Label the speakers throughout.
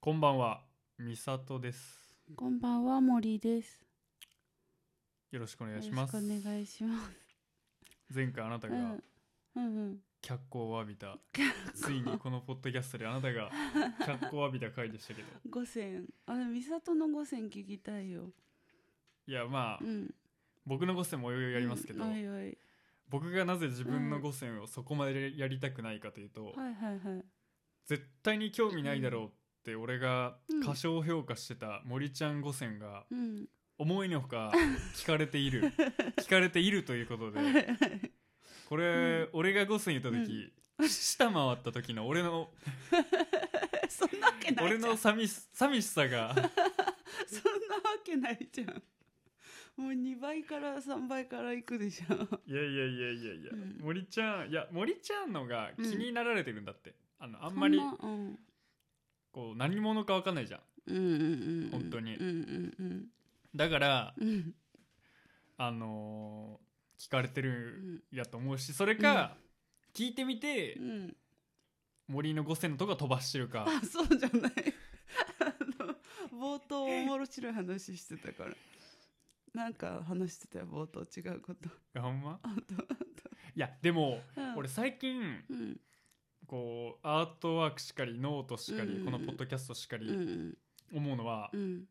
Speaker 1: こんばんは、みさとです。
Speaker 2: こんばんは森です。
Speaker 1: よろしくお願
Speaker 2: よ
Speaker 1: い
Speaker 2: ろ
Speaker 1: し
Speaker 2: し
Speaker 1: ま
Speaker 2: く
Speaker 1: す。
Speaker 2: お願いします。
Speaker 1: 前回あなた
Speaker 2: う
Speaker 1: が
Speaker 2: ん、うんうん。
Speaker 1: 脚光を浴びた、ついにこのポッドキャストであ なたが脚光を浴びた回でしたけど、
Speaker 2: 五千。あれ美里の五千聞きたいよ。
Speaker 1: いやまあ、
Speaker 2: うん。
Speaker 1: 僕の5選もおいおいやりますけど、
Speaker 2: うんおいおい。
Speaker 1: 僕がなぜ自分の
Speaker 2: うん
Speaker 1: 5選をそこまでやりたくないかというと、
Speaker 2: はいはいはい。
Speaker 1: 絶対に興味ないだろうって俺が
Speaker 2: うん
Speaker 1: 過小評価してた森ちゃん5選が
Speaker 2: うん。
Speaker 1: 思いのほ か聞かれている聞かれているということで
Speaker 2: はいはい
Speaker 1: これ、
Speaker 2: うん
Speaker 1: 俺が5選言った時、下回った時の俺の
Speaker 2: そんなわけないじ
Speaker 1: 俺
Speaker 2: ゃん。
Speaker 1: の
Speaker 2: そ
Speaker 1: 寂し寂しさが
Speaker 2: んなわけないじゃん。もう二倍から三倍からいくでしょ。
Speaker 1: いやいやいやいやいや、
Speaker 2: うん
Speaker 1: 森ちゃんいや森ちゃんのが気になられてるんだって、あのあ
Speaker 2: あ
Speaker 1: んまり
Speaker 2: うん。
Speaker 1: こう何者か分かんないじゃん
Speaker 2: うんうんうん。
Speaker 1: 本当に
Speaker 2: うんうん
Speaker 1: だから
Speaker 2: うん。うん
Speaker 1: あのー聞かれて
Speaker 2: う
Speaker 1: る
Speaker 2: ん
Speaker 1: やと思うしそれか、聞いてみて
Speaker 2: うん。
Speaker 1: 森の5選のとか飛ばしてるか
Speaker 2: あそうじゃない。あの冒頭面白い話してたから。なんか話してたよ冒頭違うこと。
Speaker 1: いやほんま
Speaker 2: あ
Speaker 1: いやでも、
Speaker 2: と、うん、
Speaker 1: 俺最近
Speaker 2: うん
Speaker 1: こうアートワークしかりノートしかり、
Speaker 2: うん
Speaker 1: このポッドキャストしか
Speaker 2: うんう
Speaker 1: り
Speaker 2: ん
Speaker 1: 思うのは、
Speaker 2: うん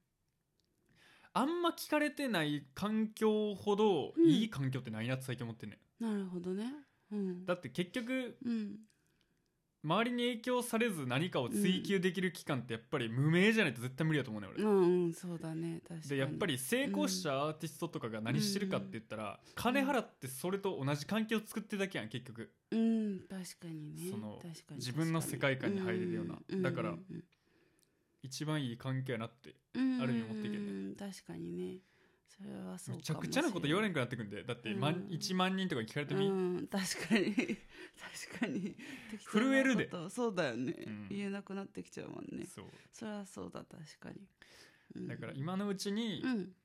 Speaker 1: あんま聞かれてない環境ほど
Speaker 2: うん
Speaker 1: いい環境ってないなって最近思ってんね、
Speaker 2: なるほどね。うん
Speaker 1: ん、だって結局
Speaker 2: うん
Speaker 1: 周りに影響されず何かを追求できる期間ってやっぱり無名じゃないと絶対無理だと思うね
Speaker 2: う
Speaker 1: 俺、
Speaker 2: んうんそうだね確かに。
Speaker 1: でやっぱり成功したアーティストとかが何してるかって言ったら、金払ってそれと同じ環境を作ってるだけやん結局
Speaker 2: うん確かにね
Speaker 1: その
Speaker 2: 確かに確かに
Speaker 1: 自分の世界観に入れるようなだから
Speaker 2: うんうん
Speaker 1: 一番いい環境やなって
Speaker 2: うん
Speaker 1: ある意味持っていけるね
Speaker 2: うん確かにねそれはそ
Speaker 1: む
Speaker 2: うかもし
Speaker 1: ち
Speaker 2: れ
Speaker 1: ゃ
Speaker 2: ない
Speaker 1: くちゃなこと言われなくなってくんでだって、ま
Speaker 2: うん
Speaker 1: 1万人とかに聞かれてみ、
Speaker 2: うん確かに 確かに適当な
Speaker 1: 震えるで
Speaker 2: ことそうだよね、
Speaker 1: ん
Speaker 2: 言えなくなってきちゃうもんね
Speaker 1: そう
Speaker 2: それはそうだ確かに、うん
Speaker 1: だから今のうちに、
Speaker 2: うん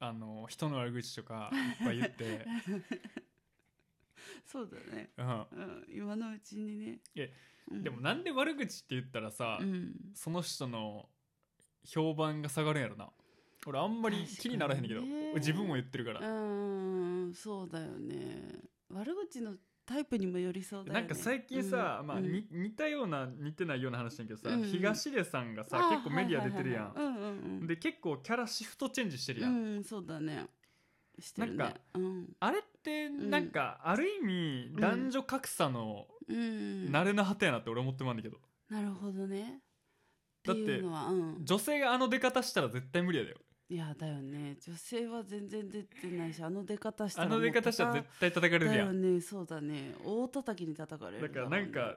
Speaker 1: あの人の悪口とかいっぱい言 って、
Speaker 2: そうだね
Speaker 1: うん
Speaker 2: うん今のうちにね
Speaker 1: いや
Speaker 2: うん
Speaker 1: でもなんで悪口って言ったらさ、
Speaker 2: うん
Speaker 1: その人の評判が下がるんやろな俺あんまり気にならへんねんけど、
Speaker 2: 確かにね
Speaker 1: 自分も言ってるか
Speaker 2: う
Speaker 1: ら、
Speaker 2: ーんそうだよね悪口のタイプにもよりそうだよ
Speaker 1: な
Speaker 2: ね
Speaker 1: んか最近さ、まあ
Speaker 2: うん
Speaker 1: に似たような似てないような話なんやけどさ、
Speaker 2: うんうん
Speaker 1: 東出さんがさ
Speaker 2: あー
Speaker 1: 結構メディア出てるやん、
Speaker 2: はいはいはいはいうんうんうん
Speaker 1: で結構キャラシフトチェンジしてるやん、
Speaker 2: うんそうだねしてるね
Speaker 1: なんか
Speaker 2: うん
Speaker 1: あれってなんか、ある意味
Speaker 2: うん
Speaker 1: 男女格差の
Speaker 2: うん
Speaker 1: 慣れの果てやなって俺思ってまうんだけど、
Speaker 2: なるほどね
Speaker 1: だって
Speaker 2: ていうのはうん
Speaker 1: 女性があの出方したら絶対無理やだよ
Speaker 2: いやだよね女性は全然出てないしあの出方した
Speaker 1: あ
Speaker 2: らも
Speaker 1: の
Speaker 2: う
Speaker 1: 出方したら絶対叩かれる
Speaker 2: だ
Speaker 1: や
Speaker 2: よ
Speaker 1: ん
Speaker 2: ねそうだね大叩きに叩かれ
Speaker 1: だ
Speaker 2: る
Speaker 1: か
Speaker 2: ろ
Speaker 1: ら
Speaker 2: う
Speaker 1: な
Speaker 2: ね
Speaker 1: んか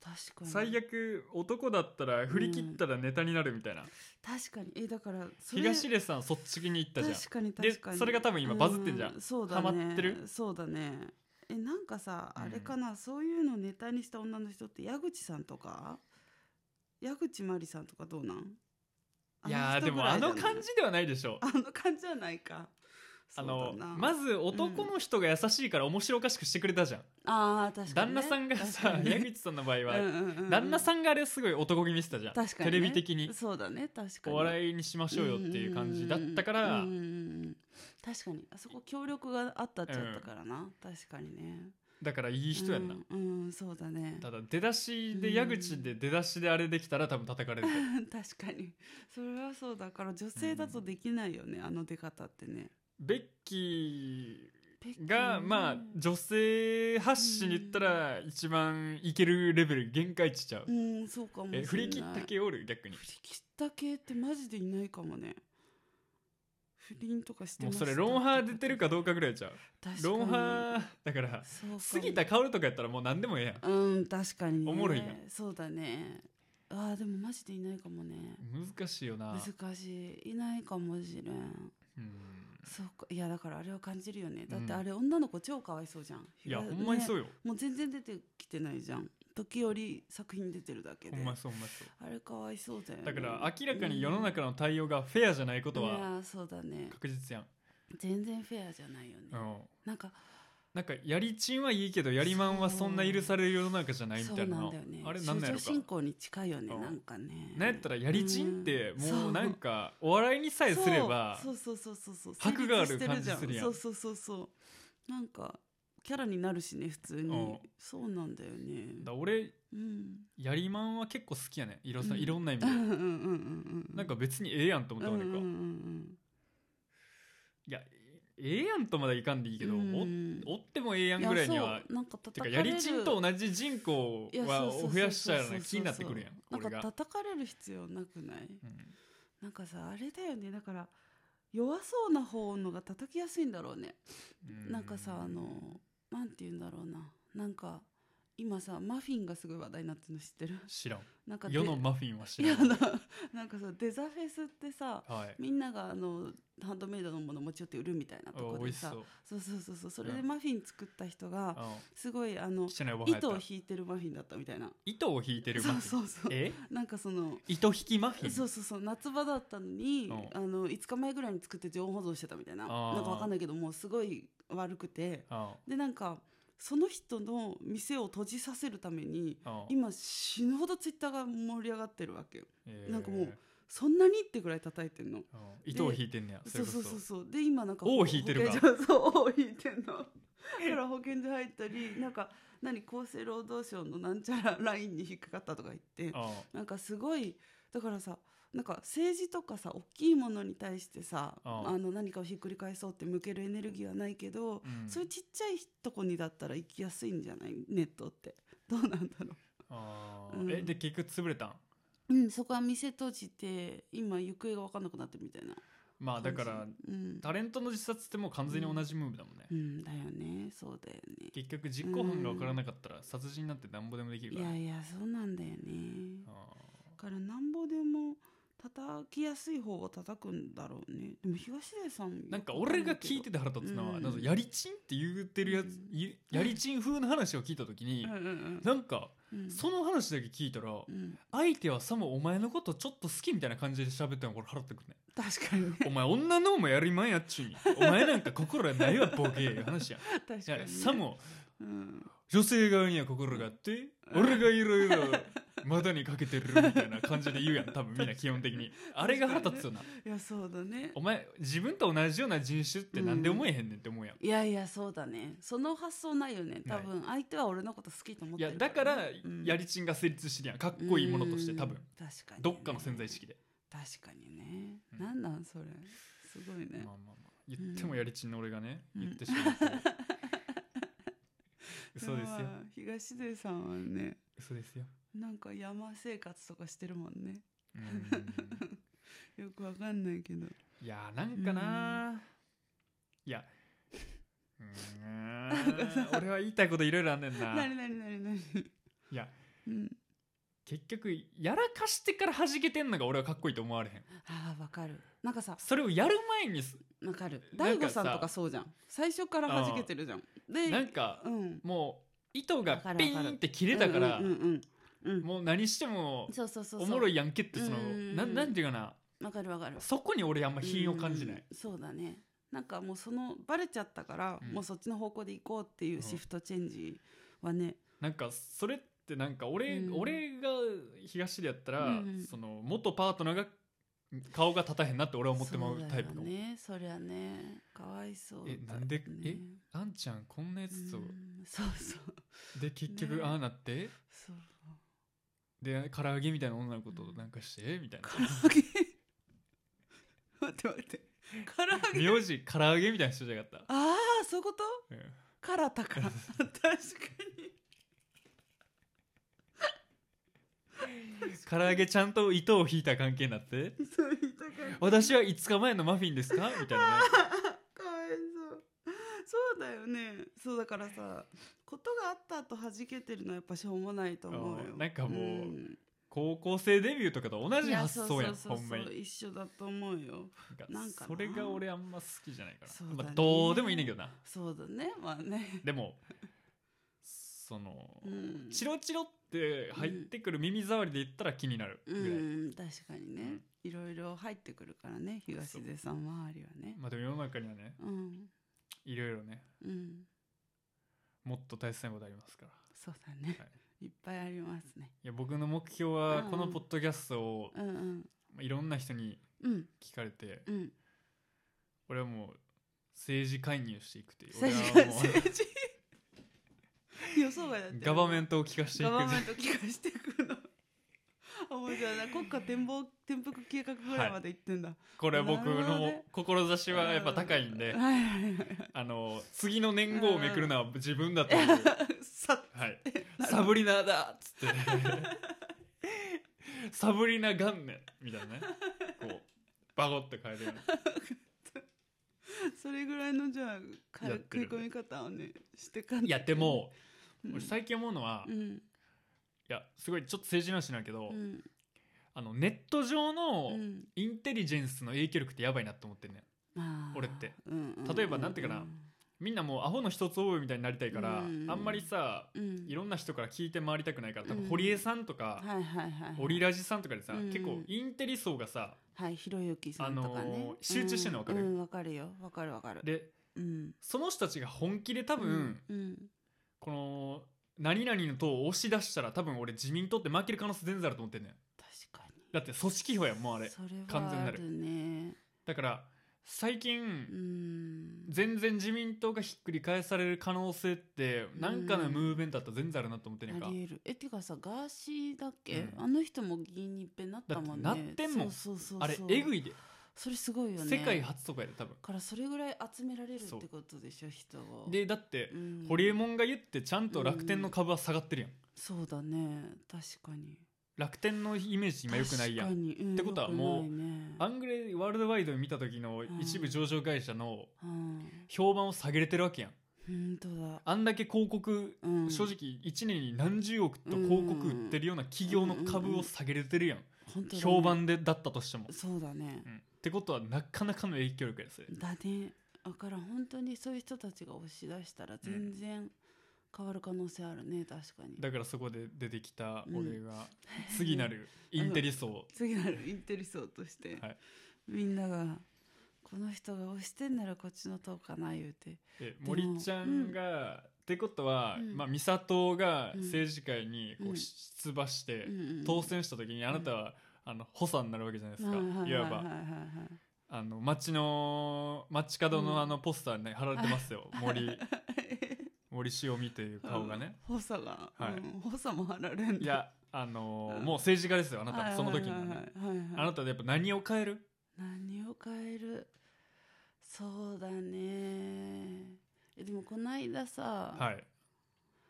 Speaker 2: 確かに
Speaker 1: 最悪男だったら振り切ったらネタになるみたいな、
Speaker 2: 確かにえだからそれ
Speaker 1: 東出さんそっちに行ったじゃん
Speaker 2: 確かに
Speaker 1: で
Speaker 2: 確かに
Speaker 1: それが多分今バズってんじゃん
Speaker 2: うそうだね
Speaker 1: ハマってる
Speaker 2: そうだねえなんかさ
Speaker 1: うん
Speaker 2: あれかな、そういうのネタにした女の人って矢口さんとか矢口真理さんとかどうなん
Speaker 1: いやーでもあの感じではないでしょ
Speaker 2: あの感じじゃないか
Speaker 1: あの
Speaker 2: そうだな
Speaker 1: まず男の人が優しいから面白おかしくしてくれたじゃん、
Speaker 2: あー確か
Speaker 1: 旦
Speaker 2: にね、
Speaker 1: 那さんがさ、
Speaker 2: 確かにね
Speaker 1: 矢口さんの場合は、
Speaker 2: うんうんうんうん
Speaker 1: 旦那さんがあれすごい男気見せたじゃん、
Speaker 2: 確かにね
Speaker 1: テレビ的に
Speaker 2: そうだね確か
Speaker 1: お
Speaker 2: に
Speaker 1: 笑いにしましょうよっていう感じだったから、
Speaker 2: うんうんうんうんうん確かにあそこ協力があったっちゃったからな、確かにね
Speaker 1: だからいい人やんな、
Speaker 2: うん、うんそうだね
Speaker 1: ただ出だしで矢口で出だしであれできたら多分叩かれる、
Speaker 2: 確かにそれはそうだから女性だとできないよね、あの出方ってね
Speaker 1: ベッキ
Speaker 2: ペッキー
Speaker 1: ーが
Speaker 2: ね
Speaker 1: まあ女性発信に言ったら一番いけるレベル限界値ちゃう、
Speaker 2: うんそうかもしれな
Speaker 1: え
Speaker 2: い
Speaker 1: 振り切った系おる逆に
Speaker 2: 振り切った系ってマジでいないかもね不倫とかして
Speaker 1: も
Speaker 2: ま
Speaker 1: う
Speaker 2: した
Speaker 1: それロンハー出てるかどうかぐらいちゃう
Speaker 2: 確かに
Speaker 1: ロンハーだから
Speaker 2: そうかも
Speaker 1: 杉田薫とかやったらもう何でもええやん
Speaker 2: うん確かにね
Speaker 1: おもろいや
Speaker 2: そうだねあーでもマジでいないかもね
Speaker 1: 難しいよな
Speaker 2: 難しいいないかもしれん
Speaker 1: うん
Speaker 2: そうかいやだからあれは感じるよねだっ
Speaker 1: うん
Speaker 2: てあれ女の子超かわいそうじゃん
Speaker 1: いやほんまに
Speaker 2: ね
Speaker 1: そうよ
Speaker 2: もう全然出てきてないじゃん時折作品出てるだけ
Speaker 1: ほ
Speaker 2: で
Speaker 1: んまにそうほんまにそう
Speaker 2: あれかわいそうだよね、
Speaker 1: だから明らかに世の中の対応がフェアじゃないこと
Speaker 2: いや
Speaker 1: は
Speaker 2: ーそうだね
Speaker 1: 確実やん
Speaker 2: 全然フェアじゃないよね、
Speaker 1: うん
Speaker 2: なんか
Speaker 1: なんかやりちんはいいけどやりまんはそんな許される世の中じゃないみ
Speaker 2: そ
Speaker 1: た
Speaker 2: う
Speaker 1: いな
Speaker 2: なん
Speaker 1: の
Speaker 2: だよね
Speaker 1: あれなんなんや
Speaker 2: 宗教
Speaker 1: ろか
Speaker 2: 信仰に近いよね
Speaker 1: うん
Speaker 2: なんかね
Speaker 1: なんやったらやりちんって
Speaker 2: うん
Speaker 1: も
Speaker 2: そう
Speaker 1: なんかお笑いにさえすれば
Speaker 2: そうそうそうそうそうそう
Speaker 1: 箔がある
Speaker 2: 成立してじゃん
Speaker 1: 感じするやん
Speaker 2: そうそうそうそうなんかキャラになるしね普通に
Speaker 1: うん
Speaker 2: そうなんだよね
Speaker 1: だ俺
Speaker 2: うん
Speaker 1: やりまんは結構好きやねいろさ、
Speaker 2: うん
Speaker 1: いろんな意味
Speaker 2: う
Speaker 1: で
Speaker 2: んうんうんうんうん
Speaker 1: なんか別にええやんと思っ
Speaker 2: う
Speaker 1: た
Speaker 2: んう
Speaker 1: 俺
Speaker 2: ん
Speaker 1: が、
Speaker 2: うんう
Speaker 1: い
Speaker 2: ん
Speaker 1: やええやんとまだいかんでいいけど、
Speaker 2: うん
Speaker 1: おおってもええやんぐらいにはい
Speaker 2: やそうなんか叩
Speaker 1: てか
Speaker 2: かれる
Speaker 1: やりちんと同じ人口は増やしたような気になってくるやん
Speaker 2: な
Speaker 1: 俺
Speaker 2: んか
Speaker 1: が、
Speaker 2: 叩かれる必要なくない
Speaker 1: うん
Speaker 2: なんかさあれだよねだから弱そうな方のが叩きやすいんだろうね
Speaker 1: うん
Speaker 2: なんかさあのなんて言うんだろうななんか今さマフィンがすごい話題になってるの知っ てる
Speaker 1: 知らん
Speaker 2: なんかで
Speaker 1: 世のマフィンは知
Speaker 2: い
Speaker 1: ら
Speaker 2: や
Speaker 1: ん
Speaker 2: ななんかさデザフェスってさ
Speaker 1: はい
Speaker 2: みんながあのハンドメイドのもの持ち寄って売るみたいな と
Speaker 1: お
Speaker 2: こ
Speaker 1: 美味
Speaker 2: で
Speaker 1: しそ
Speaker 2: さ
Speaker 1: う
Speaker 2: そうそうそうそうそれ
Speaker 1: う
Speaker 2: で
Speaker 1: ん
Speaker 2: マフィン作った人が
Speaker 1: う
Speaker 2: すごいあの
Speaker 1: んしてないわ
Speaker 2: 糸を
Speaker 1: やった
Speaker 2: 引いてるマフィンだったみたいな
Speaker 1: 糸を引いてるマフィン
Speaker 2: そうそうそう
Speaker 1: え
Speaker 2: なんかその
Speaker 1: 糸引きマフィン
Speaker 2: そうそうそう夏場だったのに、
Speaker 1: う
Speaker 2: あの5日前ぐらいに作って常温保存してたみたいな
Speaker 1: あー
Speaker 2: なんかわかんないけどもうすごい悪くて
Speaker 1: あ
Speaker 2: でなんかその人の店を閉じさせるために
Speaker 1: あ
Speaker 2: 今死ぬほどツイッターが盛り上がってるわけよ
Speaker 1: え
Speaker 2: なんかもうそんなにってぐらい叩いてんの
Speaker 1: うん糸を引いてんねや
Speaker 2: そうそうそう
Speaker 1: れこ
Speaker 2: そうで今なんか
Speaker 1: 尾を引いてるか
Speaker 2: 保健所そう尾を引いてんのだから保健所入ったりなんか何厚生労働省のなんちゃらラインに引っかかったとか言って
Speaker 1: あ
Speaker 2: なんかすごいだからさなんか政治とかさ大きいものに対してさ
Speaker 1: あ
Speaker 2: あ
Speaker 1: あ
Speaker 2: の何かをひっくり返そうって向けるエネルギーはないけど、
Speaker 1: うん
Speaker 2: そういうちっちゃいとこにだったら行きやすいんじゃないネットってどうなんだろ
Speaker 1: あ
Speaker 2: うん
Speaker 1: ーえで結局潰れたん
Speaker 2: う、うん、そこは店閉じて今行方が分かんなくなってるみたいな
Speaker 1: まあだから
Speaker 2: 感じうん、
Speaker 1: タレントの自殺ってもう完全に同じムーブだもんね
Speaker 2: うん、だよねそうだよね
Speaker 1: 結局実行犯が分からなかったら殺人なんてなんぼでもできる
Speaker 2: い
Speaker 1: から
Speaker 2: や
Speaker 1: ね
Speaker 2: いやそうなんだよね
Speaker 1: あ
Speaker 2: だからなんぼでも叩きやすい方を叩くんだろうねでも東出さん
Speaker 1: ーなんか俺が聞いてて腹立つのは
Speaker 2: うん
Speaker 1: なんかやりちんって言ってるやつ
Speaker 2: うん
Speaker 1: ゆやりちん風の話を聞いた時に
Speaker 2: うんうん
Speaker 1: なんか
Speaker 2: うんうん
Speaker 1: その話だけ聞いたら
Speaker 2: うん、
Speaker 1: 相手はさもお前のことちょっと好きみたいな感じで喋ってんのこれ払ってくんね
Speaker 2: 確かにね
Speaker 1: お前女の方もやりまんやっちゅうにお前なんか心がないわボケいう話やん
Speaker 2: 確かに
Speaker 1: いや
Speaker 2: ね
Speaker 1: さ、も
Speaker 2: うん、
Speaker 1: 女性側には心があって
Speaker 2: うん
Speaker 1: 俺がいろいろ 股にかけてるみたいな感じで言うやん多分みんな基本的にあれが腹立つよない
Speaker 2: やそうだね
Speaker 1: お前自分と同じような人種ってなんで思えへんねんって思うやん、
Speaker 2: いやいやそうだねその発想ないよね
Speaker 1: な
Speaker 2: 多
Speaker 1: い
Speaker 2: 分相手は俺のこと好きと
Speaker 1: い
Speaker 2: 思って
Speaker 1: や
Speaker 2: る
Speaker 1: だから
Speaker 2: ねうん
Speaker 1: やりちんが成立してるやんかっこいいものとして
Speaker 2: うん
Speaker 1: 多分
Speaker 2: 確かにね
Speaker 1: どっかの潜在意識で、
Speaker 2: 確かにね、
Speaker 1: うん
Speaker 2: なんなんそれすごいね
Speaker 1: まあまあまあ言ってもやりちんの俺がね、
Speaker 2: うん
Speaker 1: 言ってしまうと いう嘘ですよ
Speaker 2: まあ東出さんはね
Speaker 1: 嘘ですよ
Speaker 2: なんか山生活とかしてるもんね
Speaker 1: う ーん
Speaker 2: よくわかんないけど
Speaker 1: いやーなんかなーいやうーん 俺は言いたいこといろいろあんねんな
Speaker 2: 何何何何
Speaker 1: いや
Speaker 2: うん
Speaker 1: 結局やらかしてから弾けてんのが俺はかっこいいと思われへん
Speaker 2: ああわかるなんかさ
Speaker 1: それをやる前にす
Speaker 2: わかる
Speaker 1: な
Speaker 2: 大
Speaker 1: んか
Speaker 2: 悟
Speaker 1: さ
Speaker 2: さんとかそうじゃん最初から弾けてるじゃんで
Speaker 1: なんか
Speaker 2: うん
Speaker 1: もう糸が
Speaker 2: わかる
Speaker 1: ピ
Speaker 2: わかる
Speaker 1: ーンって切れたから
Speaker 2: うんうんうんうん、
Speaker 1: もう何しても
Speaker 2: そうそうそうそう
Speaker 1: おもろいやんけってその
Speaker 2: うんうんうん
Speaker 1: ななんていうかな
Speaker 2: わかるわかる
Speaker 1: そこに俺あんま品を感じな
Speaker 2: うん
Speaker 1: い
Speaker 2: そうだねなんかもうそのバレちゃったから、
Speaker 1: うん
Speaker 2: もうそっちの方向で行こうっていうシフトチェンジはね、
Speaker 1: なんかそれってなんか俺,、
Speaker 2: うん
Speaker 1: 俺が東でやったら、
Speaker 2: うんうん
Speaker 1: その元パートナーが顔が立たへんなって俺は思ってまうタイプ
Speaker 2: そ
Speaker 1: の、
Speaker 2: うだよねそりゃねかわいそうだよね、
Speaker 1: えなんでえあんちゃんこんなや
Speaker 2: う
Speaker 1: つと、
Speaker 2: んそうそう
Speaker 1: で結局
Speaker 2: ね
Speaker 1: ああなって
Speaker 2: そう
Speaker 1: で唐揚げみたいな女の子となんかしてみたいな
Speaker 2: 唐揚げ 待って待って唐揚げ
Speaker 1: 名字唐揚げみたいな人じゃなかっ
Speaker 2: ああそういうこと
Speaker 1: た、うん
Speaker 2: カラタか確かに
Speaker 1: 唐揚げちゃんと糸を引いた関係になって
Speaker 2: そう言いたかった
Speaker 1: 私は5日前のマフィンですかみたいなね、
Speaker 2: かわいそうそうだよねそうだからさことがあった後弾けてるのはやっぱしょうもないと思うよ
Speaker 1: うんなんかもうん高校生デビューとかと同じ発想やん
Speaker 2: いそうそうそう
Speaker 1: ほんまに
Speaker 2: 一緒だと思うよ
Speaker 1: な
Speaker 2: なんん
Speaker 1: か
Speaker 2: か
Speaker 1: それが俺あんま好きじゃないから、
Speaker 2: そうだね
Speaker 1: まあ、どうでもいいねんけどな
Speaker 2: そうだねまあね
Speaker 1: でもその、
Speaker 2: うん
Speaker 1: チロチロって入ってくる耳障りで言ったら気になる
Speaker 2: う
Speaker 1: ぐらい、
Speaker 2: ん確かにね、
Speaker 1: うん
Speaker 2: いろいろ入ってくるからね東出さん周りはね
Speaker 1: まあでも世の中にはね
Speaker 2: うん
Speaker 1: いろいろね
Speaker 2: うん
Speaker 1: もっと大切なことありますから
Speaker 2: そうだね、、
Speaker 1: はい
Speaker 2: っぱいありますね
Speaker 1: いや僕の目標は
Speaker 2: うん
Speaker 1: このポッドキャストを
Speaker 2: うんうん
Speaker 1: いろんな人に
Speaker 2: うん
Speaker 1: 聞かれて
Speaker 2: うん
Speaker 1: 俺はもう政治介入していくっていう俺
Speaker 2: 政治
Speaker 1: は
Speaker 2: 家
Speaker 1: も
Speaker 2: 政治予想外だっ
Speaker 1: う
Speaker 2: て
Speaker 1: ガバメ
Speaker 2: ン
Speaker 1: ントを聞かしてい
Speaker 2: ガ
Speaker 1: く
Speaker 2: バメント気化していくのあもうじゃあな国家転覆転覆計画ぐらいまで行ってんだ、
Speaker 1: これは僕
Speaker 2: なるほ
Speaker 1: の
Speaker 2: どね
Speaker 1: 志はやっぱ高いんで
Speaker 2: はいはいはい
Speaker 1: あの次の年号をめくるのは自分だと 思う
Speaker 2: さっ
Speaker 1: はいサブリナだっつってサブリナ元年みたいなねこうバコって変えてる
Speaker 2: それぐらいのじゃあか
Speaker 1: やっ
Speaker 2: 食
Speaker 1: て
Speaker 2: い
Speaker 1: る
Speaker 2: 込み方をねしてかない
Speaker 1: やでも、
Speaker 2: うん
Speaker 1: 俺最近思うのは、
Speaker 2: う
Speaker 1: い
Speaker 2: ん
Speaker 1: やすごいちょっと政治の話なんだけど、
Speaker 2: うん
Speaker 1: あのネット上の
Speaker 2: うん
Speaker 1: インテリジェンスの影響力ってやばいなって思ってんねん
Speaker 2: あー
Speaker 1: 俺って
Speaker 2: うんうん
Speaker 1: 例えばなんていうかなみんなもうアホの一つ覚えみたいになりたいから、
Speaker 2: うん
Speaker 1: あんまりさ
Speaker 2: うん
Speaker 1: いろんな人から聞いて回りたくないから多
Speaker 2: うん
Speaker 1: 分堀江さんとか、
Speaker 2: はいはいはい
Speaker 1: オリラジさんとかでさ、
Speaker 2: うん
Speaker 1: 結構インテリ層がさ
Speaker 2: はいひろゆきさんとかね、
Speaker 1: あのー集中してんの分かる
Speaker 2: うんうん、分かるよ分かる分かる
Speaker 1: で
Speaker 2: うん
Speaker 1: その人たちが本気で多
Speaker 2: 多
Speaker 1: 分、
Speaker 2: うん
Speaker 1: この何々の党を押し出したら多分俺自民党って負ける可能性全然あると思ってんねん
Speaker 2: 確かに
Speaker 1: だって組織票やんもうあれ
Speaker 2: それは
Speaker 1: 完全
Speaker 2: あ
Speaker 1: なる
Speaker 2: るね
Speaker 1: だから最近、
Speaker 2: うん
Speaker 1: 全然自民党がひっくり返される可能性って何かのムーブメントだったら全然あるなと思ってんねんか、
Speaker 2: ありえるえてかさガーシーだっけ、
Speaker 1: うん
Speaker 2: あの人も議員にいっぺんなったもんね
Speaker 1: だってなってんもん
Speaker 2: そうそうそうそう
Speaker 1: あれえぐ
Speaker 2: い
Speaker 1: いで、
Speaker 2: それすごいよね
Speaker 1: 世界初とかやで多分
Speaker 2: だからそれぐらい集められるっ
Speaker 1: そう
Speaker 2: てことでしょ人を、
Speaker 1: でだって
Speaker 2: う、ん、
Speaker 1: ホリエモンが言ってちゃんと楽天の株は下がってるやん、
Speaker 2: そうだね確かに
Speaker 1: 楽天のイメージ今良くないや
Speaker 2: 確
Speaker 1: ん
Speaker 2: かに、うん
Speaker 1: ってことはもう
Speaker 2: 良くないね
Speaker 1: アングレワールドワイド見た時の一部上場会社の
Speaker 2: うん
Speaker 1: 評判を下げれてるわけやん
Speaker 2: 本当だ、
Speaker 1: あんだけ広告
Speaker 2: うん、
Speaker 1: 正直1年に何十億と広告売ってるような企業の株を下げれてるやん
Speaker 2: 本当だね
Speaker 1: 評判でだったとしても、
Speaker 2: そうだね
Speaker 1: うんってことはなかなかの影響力やす
Speaker 2: だねだから本当にそういう人たちが押し出したら全然変わる可能性あるね確かに
Speaker 1: だからそこで出てきた
Speaker 2: うん
Speaker 1: 俺が次なるインテリ層
Speaker 2: 次なるインテリ層として、
Speaker 1: はい
Speaker 2: みんながこの人が押してんならこっちの党かな言うて
Speaker 1: で森ちゃんが、ってことは、
Speaker 2: うん
Speaker 1: まあ、美里が
Speaker 2: うん
Speaker 1: 政治界にこ
Speaker 2: うん
Speaker 1: う出馬して
Speaker 2: うんうんうん
Speaker 1: 当選した時にあなたはあの補佐になるわけじゃないですか、いわばあの街の街角
Speaker 2: うん
Speaker 1: のあのポスターにね貼られてますよ、 森
Speaker 2: ば
Speaker 1: 森塩見という顔がね、
Speaker 2: 補佐が、
Speaker 1: はい
Speaker 2: うん補佐も貼られんの
Speaker 1: いやあのー
Speaker 2: うん
Speaker 1: もう政治家ですよあなた
Speaker 2: はい
Speaker 1: はその時にはね、
Speaker 2: はいはいはい
Speaker 1: あなたでやっぱ何を変える
Speaker 2: 何を変えるそうだねえでもこの間さ、
Speaker 1: はい、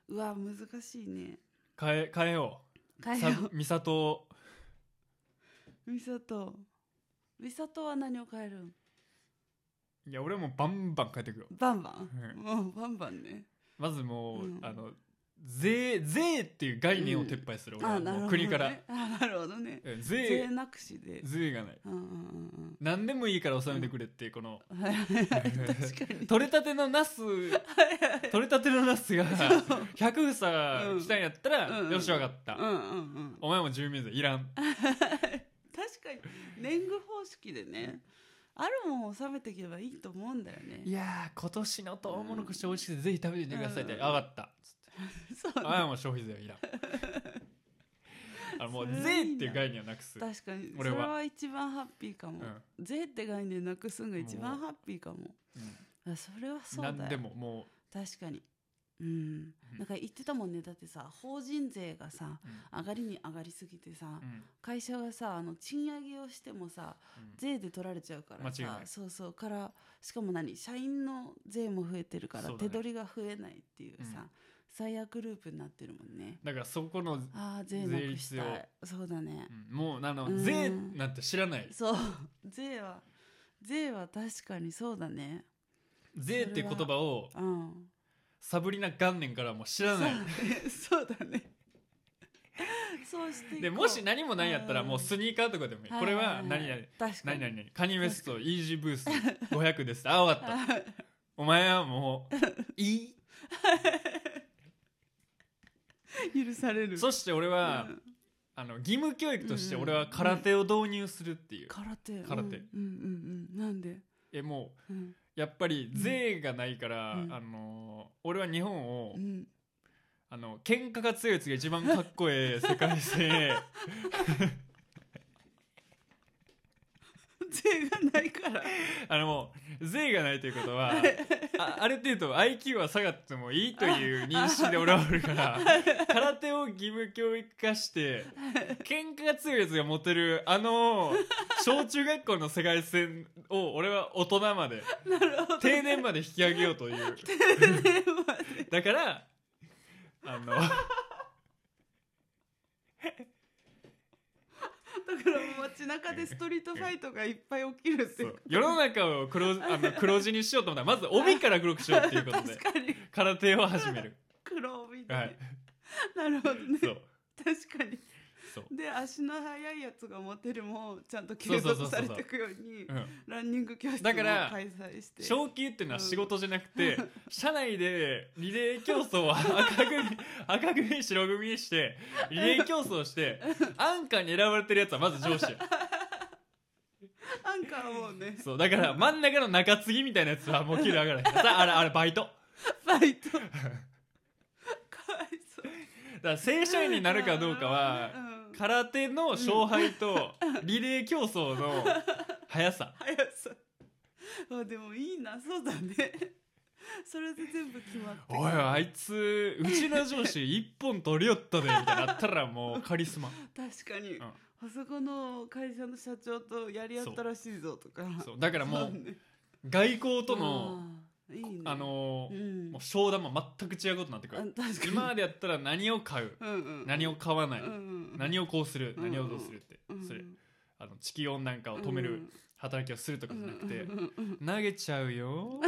Speaker 2: うわ難しいね
Speaker 1: 変え変えよう
Speaker 2: 変え
Speaker 1: さ
Speaker 2: よう
Speaker 1: 美里を
Speaker 2: 美里美里は何を変えるん
Speaker 1: いや俺もうバンバン変えていくよ
Speaker 2: バンバン、
Speaker 1: う
Speaker 2: うん、バンバンね
Speaker 1: まずもう、
Speaker 2: うん
Speaker 1: あの税税っていう概念を撤廃する、俺はもう国から
Speaker 2: ね、あなるほどね
Speaker 1: うん
Speaker 2: 税
Speaker 1: 税
Speaker 2: なくしで
Speaker 1: 税がない
Speaker 2: うん うん
Speaker 1: 何でもいいから納めてくれっていうこの、
Speaker 2: うんうんはいはいはい確かに
Speaker 1: 取れたてのナス取れたてのナスが100
Speaker 2: う
Speaker 1: 房
Speaker 2: ん
Speaker 1: 来たんやったら、
Speaker 2: うん
Speaker 1: よしわかった、
Speaker 2: うんうんうん
Speaker 1: お前も住民税いらん
Speaker 2: 確かに年貢方式でねあるもんを納めていけばいいと思うんだよね
Speaker 1: いやー今年のトウモロコシ美味しくてぜひ食べてみてくださいって、
Speaker 2: うん
Speaker 1: 分かったっつって
Speaker 2: そう
Speaker 1: ああもう消費税はいらんあのもう
Speaker 2: それはいい
Speaker 1: 税
Speaker 2: な
Speaker 1: っていう概念はなくす
Speaker 2: 確かにそ
Speaker 1: 俺
Speaker 2: れ
Speaker 1: は
Speaker 2: は一番ハッピーかも、
Speaker 1: う
Speaker 2: 税って概念なくすんが一番
Speaker 1: もう
Speaker 2: ハッピーかも
Speaker 1: ん
Speaker 2: あそれはそうだよ
Speaker 1: 何でもも
Speaker 2: 確かにうん
Speaker 1: うん
Speaker 2: なんか言ってたもんねだってさ法人税がさ
Speaker 1: う、
Speaker 2: 上がりに上がりすぎてさ、
Speaker 1: うんうん
Speaker 2: 会社がさあの賃上げをしてもさ
Speaker 1: うん
Speaker 2: 税で取られちゃうからさ
Speaker 1: 間違いない
Speaker 2: そうそうからしかも何社員の税も増えてるから、
Speaker 1: そうだ
Speaker 2: 手
Speaker 1: ね
Speaker 2: 取りが増えないっていうさ、
Speaker 1: うん
Speaker 2: 最悪ループになってるもんね
Speaker 1: だからそこの、
Speaker 2: あー税なくした
Speaker 1: 税
Speaker 2: いそうだね
Speaker 1: う、んもうあの、
Speaker 2: うん
Speaker 1: 税なんて知らない
Speaker 2: そう税は税は確かにそうだね
Speaker 1: 税っていう言葉を
Speaker 2: うん
Speaker 1: サブリナ元年からはもう知らない
Speaker 2: そう だねそうだねそうしていこう
Speaker 1: でもし何もないんやったら
Speaker 2: うん
Speaker 1: もうスニーカーとかでもいい、これは何々
Speaker 2: 確か
Speaker 1: 何
Speaker 2: に
Speaker 1: 々カニウエストイージーブース500ですあ分かった
Speaker 2: あ
Speaker 1: お前はもうい
Speaker 2: 許され
Speaker 1: い
Speaker 2: る
Speaker 1: そして俺は、
Speaker 2: うん
Speaker 1: あの義務教育として
Speaker 2: うん
Speaker 1: 俺は空手を導入するっていう、
Speaker 2: 空手
Speaker 1: 空手
Speaker 2: うんうんうんうんなんで
Speaker 1: えも
Speaker 2: うん
Speaker 1: うやっぱり税がないから、
Speaker 2: うん
Speaker 1: あの俺は日本を、
Speaker 2: うん、
Speaker 1: あの喧嘩が強いやつが一番かっこええ世界で
Speaker 2: 税がないか ら
Speaker 1: あのもう税がないということ はあある程度 IQ は下がってもいいという認識で俺はおる から空手を義務教育化して喧嘩が強いやつがモテるあの小中学校の世界線を俺は大人まで
Speaker 2: なるほど
Speaker 1: 定年まで引き上げようという
Speaker 2: 定年まで
Speaker 1: だからあの
Speaker 2: だからもう街中でストリートファイトがいっぱい起きるって
Speaker 1: そ
Speaker 2: いう
Speaker 1: う世の中を黒あの黒字にしようと思ったらまず帯から黒くしようっていうことで
Speaker 2: 確かに
Speaker 1: 空手を始める
Speaker 2: 黒帯で、
Speaker 1: はい
Speaker 2: なるほどね
Speaker 1: そう
Speaker 2: 確かに
Speaker 1: そう、
Speaker 2: で足の速いやつがモテるもちゃんと
Speaker 1: そ
Speaker 2: 継
Speaker 1: うそうそうそう
Speaker 2: 続されていくように
Speaker 1: うん、
Speaker 2: ランニング教室も
Speaker 1: だか
Speaker 2: 開
Speaker 1: ら
Speaker 2: 催して
Speaker 1: 昇級っていうのは仕事じゃなくて、社内でリレー競争は赤組赤組白組にしてリレー競争して安価に選ばれてるやつはまず上司や
Speaker 2: アンカーはもうね
Speaker 1: そうだから真ん中の中継ぎみたいなやつはもう給料上がらないさあれあれバイト
Speaker 2: バ イトかわいそう
Speaker 1: だから正社員になるかどうかは
Speaker 2: うん
Speaker 1: 空手の勝敗とリレー競争の速さ
Speaker 2: 速さあでもいいなそうだね それで全部決まって
Speaker 1: おいあいつうちの上司一本取りよったでみたいになったらもうカリスマ
Speaker 2: 確かに、
Speaker 1: ん
Speaker 2: あそこの会社の社長とやり合ったらしいぞとか
Speaker 1: そうだからも
Speaker 2: そうね
Speaker 1: 外交との
Speaker 2: あーいいね
Speaker 1: あの
Speaker 2: う
Speaker 1: ー
Speaker 2: ん
Speaker 1: もう商談も全く違うことになってく
Speaker 2: あ
Speaker 1: る
Speaker 2: 確かに
Speaker 1: 今までやったら何を買う
Speaker 2: うんうん、
Speaker 1: 何を買わない
Speaker 2: うんうん、
Speaker 1: 何をこうする
Speaker 2: うん
Speaker 1: 何をどうするってそれあの地球温暖化を止める働きをするとかじゃなくて
Speaker 2: うんうんうん
Speaker 1: 投げちゃうよ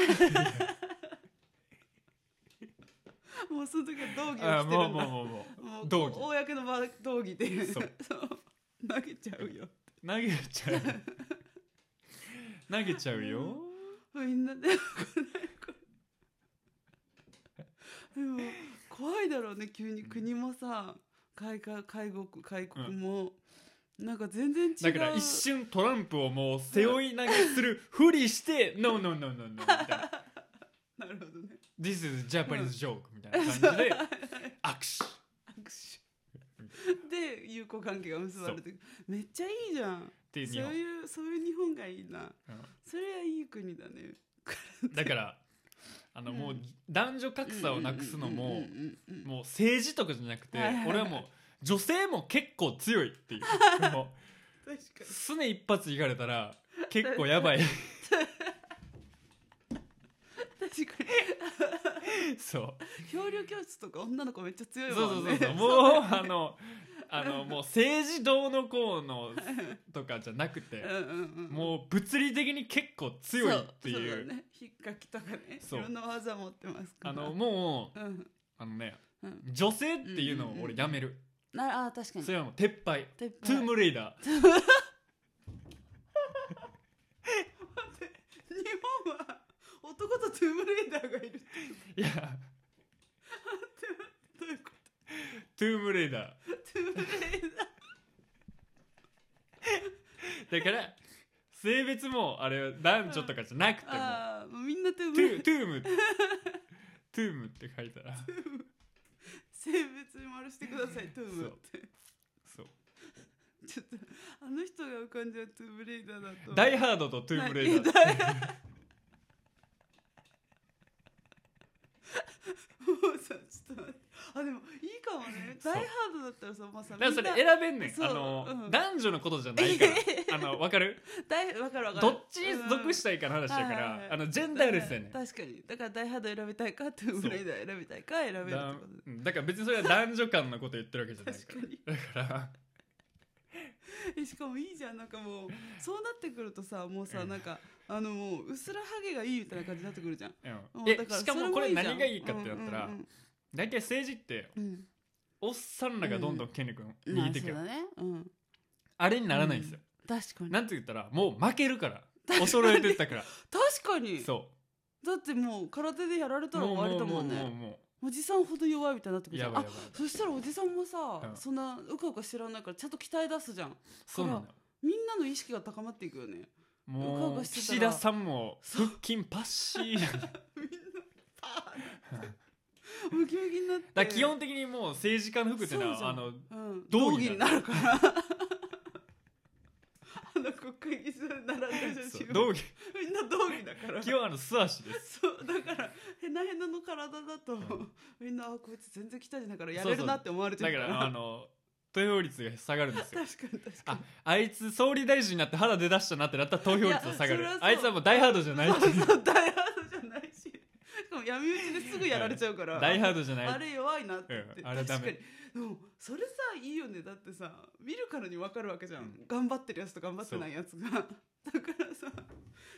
Speaker 2: うんもうその時は道義をしてるんだ
Speaker 1: あもうもうもうも
Speaker 2: も
Speaker 1: う
Speaker 2: う
Speaker 1: 道義
Speaker 2: 公の場道義で
Speaker 1: そう
Speaker 2: 投げちゃうよ
Speaker 1: 投げちゃう投げちゃうよ
Speaker 2: みんなでこれこれでも怖いだろうね急に国もさ海外介護開国も、なんか全然違う
Speaker 1: だから一瞬トランプをもう背負い投げするふりして「ノーノーノーノーノー」みたいな
Speaker 2: なるほどね
Speaker 1: 「This is Japanese joke」みたいな 感じで握手
Speaker 2: 握手で友好関係が結ばれていくめっちゃいいじゃん
Speaker 1: っていう
Speaker 2: そう
Speaker 1: 日本
Speaker 2: いうそういう日本がいいな
Speaker 1: うん
Speaker 2: それはいい国だね
Speaker 1: だからあの、
Speaker 2: うん
Speaker 1: もう男女格差をなくすの
Speaker 2: うん
Speaker 1: も
Speaker 2: う、んうんうんうん
Speaker 1: もう政治とかじゃなくて、
Speaker 2: はいはいはい
Speaker 1: 俺はもう女性も結構強いっていう も
Speaker 2: 確か
Speaker 1: うすね一発いかれたら結構や ばい
Speaker 2: に確か
Speaker 1: そ
Speaker 2: に漂流教室とか女の子めっちゃ強
Speaker 1: う
Speaker 2: い
Speaker 1: そうそ
Speaker 2: もん
Speaker 1: う
Speaker 2: ね
Speaker 1: そうそう もうあのあのもう政治どうのこうのとかじゃなくて
Speaker 2: うんうんうん
Speaker 1: もう物理的に結構強いっていう
Speaker 2: そそだねひっかきとかねい
Speaker 1: そう
Speaker 2: ろんな技持ってますか
Speaker 1: あ
Speaker 2: ら
Speaker 1: のもう
Speaker 2: うん
Speaker 1: あのね
Speaker 2: うん
Speaker 1: 女性っていうのを俺やめる、
Speaker 2: なあ確かに
Speaker 1: それはもう撤廃
Speaker 2: で
Speaker 1: トゥームレイダー
Speaker 2: 日本は男とトゥームレイダーがいるって
Speaker 1: いや、
Speaker 2: どういうこ
Speaker 1: トゥームレイダ
Speaker 2: とトゥームレイダー
Speaker 1: ー。だから、性別も、あれ、男女とかじゃなくても、
Speaker 2: あーみんなト
Speaker 1: ト
Speaker 2: ゥームレイダ
Speaker 1: ゥ
Speaker 2: ー
Speaker 1: トゥーム、トゥームって書いたら、
Speaker 2: 性別に丸してくださいトゥームって
Speaker 1: そう。
Speaker 2: ちょっとあの人が浮かんじゃうトゥームレイダーだと
Speaker 1: ダイハードとトゥームレイダー。
Speaker 2: はいダイもうさちょっと待ってあでもいいかもね
Speaker 1: そ
Speaker 2: ダ
Speaker 1: う
Speaker 2: イハードだったらさまあさ
Speaker 1: だからそれ
Speaker 2: みんな
Speaker 1: 選べんねん。
Speaker 2: そう
Speaker 1: あの、
Speaker 2: うん
Speaker 1: 男女のことじゃないから。あの、わかる
Speaker 2: ダイわかる わかる
Speaker 1: どっちに属し
Speaker 2: い
Speaker 1: たいかの話だか
Speaker 2: はいはいは
Speaker 1: ら
Speaker 2: い、
Speaker 1: あの、ジェンダーレスやねん。
Speaker 2: 確かにだからダイハード選びたいかトゥームレイダー選びたいか選べるって
Speaker 1: だ
Speaker 2: ことで
Speaker 1: うんだから別にそれは男女間のこと言ってるわけじゃないか
Speaker 2: 確かに
Speaker 1: ら。だから、
Speaker 2: えしかもいいじゃんなんか もうそうなってくるとさもうさ、
Speaker 1: うん
Speaker 2: なんかあのもううすらハゲがいいみたいな感じになってくるじゃん
Speaker 1: う。
Speaker 2: うんん
Speaker 1: え
Speaker 2: だ、ら
Speaker 1: しか
Speaker 2: そ
Speaker 1: も
Speaker 2: れ
Speaker 1: これ
Speaker 2: いいじゃん
Speaker 1: 何がいいかってなったら
Speaker 2: うん、
Speaker 1: 大体政治って、
Speaker 2: うんうん
Speaker 1: おっさんらがどんどん権力を
Speaker 2: うん
Speaker 1: 握っていく
Speaker 2: ま
Speaker 1: よ、
Speaker 2: あそうだね、うん、
Speaker 1: あれにならないんですよ、
Speaker 2: 確かに
Speaker 1: なんて言ったらもう負けるから衰えてったから
Speaker 2: 確かに
Speaker 1: そ
Speaker 2: だってもう空手でやられ
Speaker 1: う
Speaker 2: たら終わりだ
Speaker 1: も
Speaker 2: も
Speaker 1: うんもう
Speaker 2: ね
Speaker 1: も
Speaker 2: おじさんほど弱いみたいになってく
Speaker 1: う
Speaker 2: るじゃ
Speaker 1: や
Speaker 2: ん
Speaker 1: ばいやばい
Speaker 2: あそしたらおじさんもさ、
Speaker 1: うん
Speaker 2: そんなうかうか知らないからちゃんと鍛え出すじゃん
Speaker 1: そうなんだよ
Speaker 2: みんなの意識が高まっていくよねうかう
Speaker 1: もう
Speaker 2: かして
Speaker 1: 岸
Speaker 2: たら
Speaker 1: 田さんも腹筋パッシー だか
Speaker 2: みんなパーンムキムキになって
Speaker 1: ら基本的にもう政治家の服っての
Speaker 2: そうじゃ
Speaker 1: は
Speaker 2: ん
Speaker 1: あ の
Speaker 2: うん、
Speaker 1: 道
Speaker 2: 道
Speaker 1: 義
Speaker 2: 義
Speaker 1: に
Speaker 2: に
Speaker 1: な
Speaker 2: なるから あの国会議事堂に並んだ
Speaker 1: そ
Speaker 2: 写
Speaker 1: う
Speaker 2: 真
Speaker 1: 道義
Speaker 2: みんな道義だから
Speaker 1: 基本あの素足です
Speaker 2: そうだからへなへなの体だと、
Speaker 1: ん
Speaker 2: みんなあこいつ全然汚いだからやれるなって思われち
Speaker 1: だ
Speaker 2: ゃう
Speaker 1: か
Speaker 2: から
Speaker 1: らあの投票率が下がるんですよ
Speaker 2: 確かに確
Speaker 1: あ
Speaker 2: か
Speaker 1: あいつ総理大臣になって腹出だしたなってなったら投票率が下がる
Speaker 2: いやそれはそう
Speaker 1: あいつはもうダイハードじゃない
Speaker 2: に
Speaker 1: っていう
Speaker 2: そうそう大ハードじゃないししかも闇討ちですぐやられちゃうから、
Speaker 1: ダイハードじゃない
Speaker 2: あれ弱いなって言って、
Speaker 1: うんあれダメ
Speaker 2: 確かにでもそれさいいよねだってさ見るからに分かるわけじゃん、
Speaker 1: うん
Speaker 2: 頑張ってるやつと頑張ってないやつがだからさ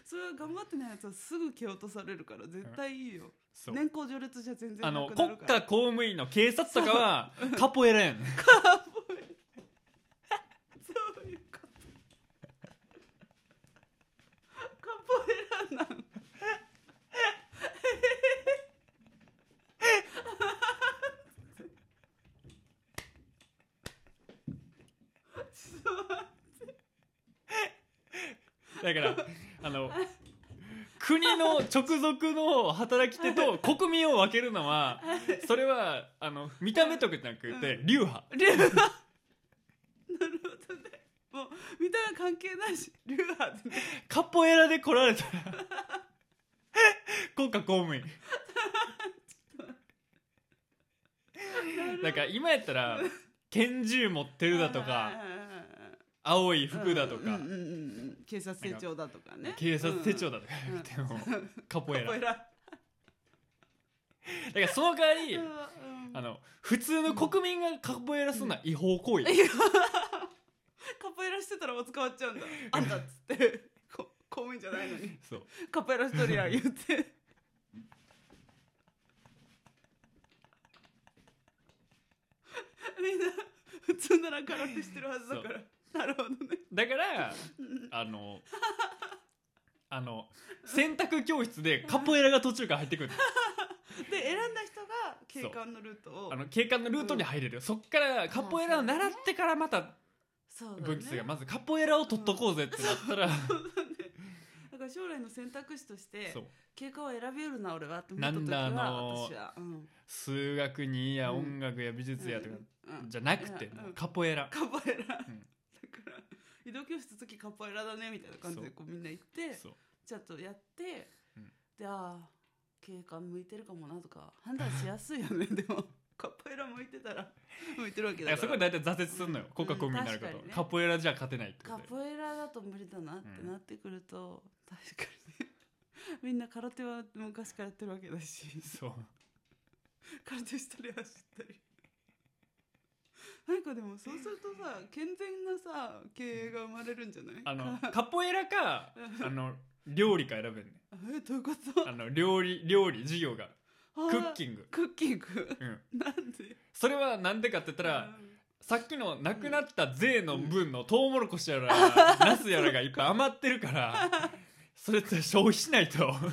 Speaker 2: それは頑張ってないやつはすぐ蹴落とされるから絶対いいよ、
Speaker 1: そう
Speaker 2: 年功序列じゃ全然
Speaker 1: あ
Speaker 2: な
Speaker 1: の
Speaker 2: くな
Speaker 1: 国
Speaker 2: るから
Speaker 1: 家公務員の警察とかはカポエラやん
Speaker 2: そういうこと。カポエラなん。
Speaker 1: だからあの国の直属の働き手と国民を分けるのはそれはあの見た目とかじゃなくて流派
Speaker 2: 流 派。なるほどね。もう見た目関係ないし、流派でね。
Speaker 1: カポエラで来られたら国家公務員だから今やったら拳銃持ってるだと
Speaker 2: はいは
Speaker 1: か
Speaker 2: いはいはい
Speaker 1: 青い服だと
Speaker 2: う
Speaker 1: か
Speaker 2: んうんうんうん警察手帳だとかね。
Speaker 1: 警察手帳
Speaker 2: だ。
Speaker 1: だとか言ってもカポエ
Speaker 2: カ
Speaker 1: ラ
Speaker 2: ポエ
Speaker 1: だ
Speaker 2: ラ。
Speaker 1: からその代わり
Speaker 2: うん
Speaker 1: あの普通の国民がカポエラするのは違法行為
Speaker 2: カポエラしてたらお使わっちゃうんだ。あんたっつって。こ公務員じゃないの に。
Speaker 1: そう
Speaker 2: カポエラしとりや言って。みんな普通なら空手してるはずだから。なるほどね。
Speaker 1: だからあのあの洗濯教室でカポエラが途中から入ってくる
Speaker 2: で選んだ人が警官のルートを
Speaker 1: あ。の警官のルートに入れる、そっからカポエラを習ってからまた
Speaker 2: そうだ
Speaker 1: 文吉が
Speaker 2: ね。
Speaker 1: まずカポエラを取っとこうぜってなったら、
Speaker 2: だから将来の選択肢として
Speaker 1: そう
Speaker 2: 警官を選べるな俺はって思った時
Speaker 1: な
Speaker 2: は
Speaker 1: んだあのー
Speaker 2: 私は。うん
Speaker 1: 数学にや
Speaker 2: うん
Speaker 1: 音楽や美術やとか、
Speaker 2: うんうん
Speaker 1: じゃなくて、
Speaker 2: うん
Speaker 1: もうカポエラ
Speaker 2: カポエラ、
Speaker 1: ん
Speaker 2: だから移動教室次カポエラだねみたいな感じでこうみんな行って
Speaker 1: そう
Speaker 2: ちょっとやって、
Speaker 1: うん
Speaker 2: でああ警官向いてるかもなとか判断しやすいよ ねでもカポエラ向いてたら向いてるわけ
Speaker 1: だから
Speaker 2: だか
Speaker 1: そこ
Speaker 2: ら
Speaker 1: で大体挫折するのよ
Speaker 2: うん
Speaker 1: 国家公務員になること、
Speaker 2: 確かにね
Speaker 1: カポエラじゃ勝てないってこ
Speaker 2: カ
Speaker 1: とで
Speaker 2: ポエラだと無理だなって
Speaker 1: うん
Speaker 2: なってくると、確かにねみんな空手は昔からやってるわけだし
Speaker 1: そう
Speaker 2: 空手したり走ったり なんかでもそうするとさ健全なさ経営が生まれるんじゃない
Speaker 1: あのカポエラかあの料理か選べんね
Speaker 2: えどういうこと
Speaker 1: あの料理料理授業がクッキ
Speaker 2: ング
Speaker 1: ング
Speaker 2: クッキング
Speaker 1: うん
Speaker 2: なんで
Speaker 1: それはなんでかって言ったら、
Speaker 2: うん
Speaker 1: さっきのなくなった税の分のトウモロコシやら、 ナスやらがいっぱい余ってるからそれって消費しないと
Speaker 2: 確かに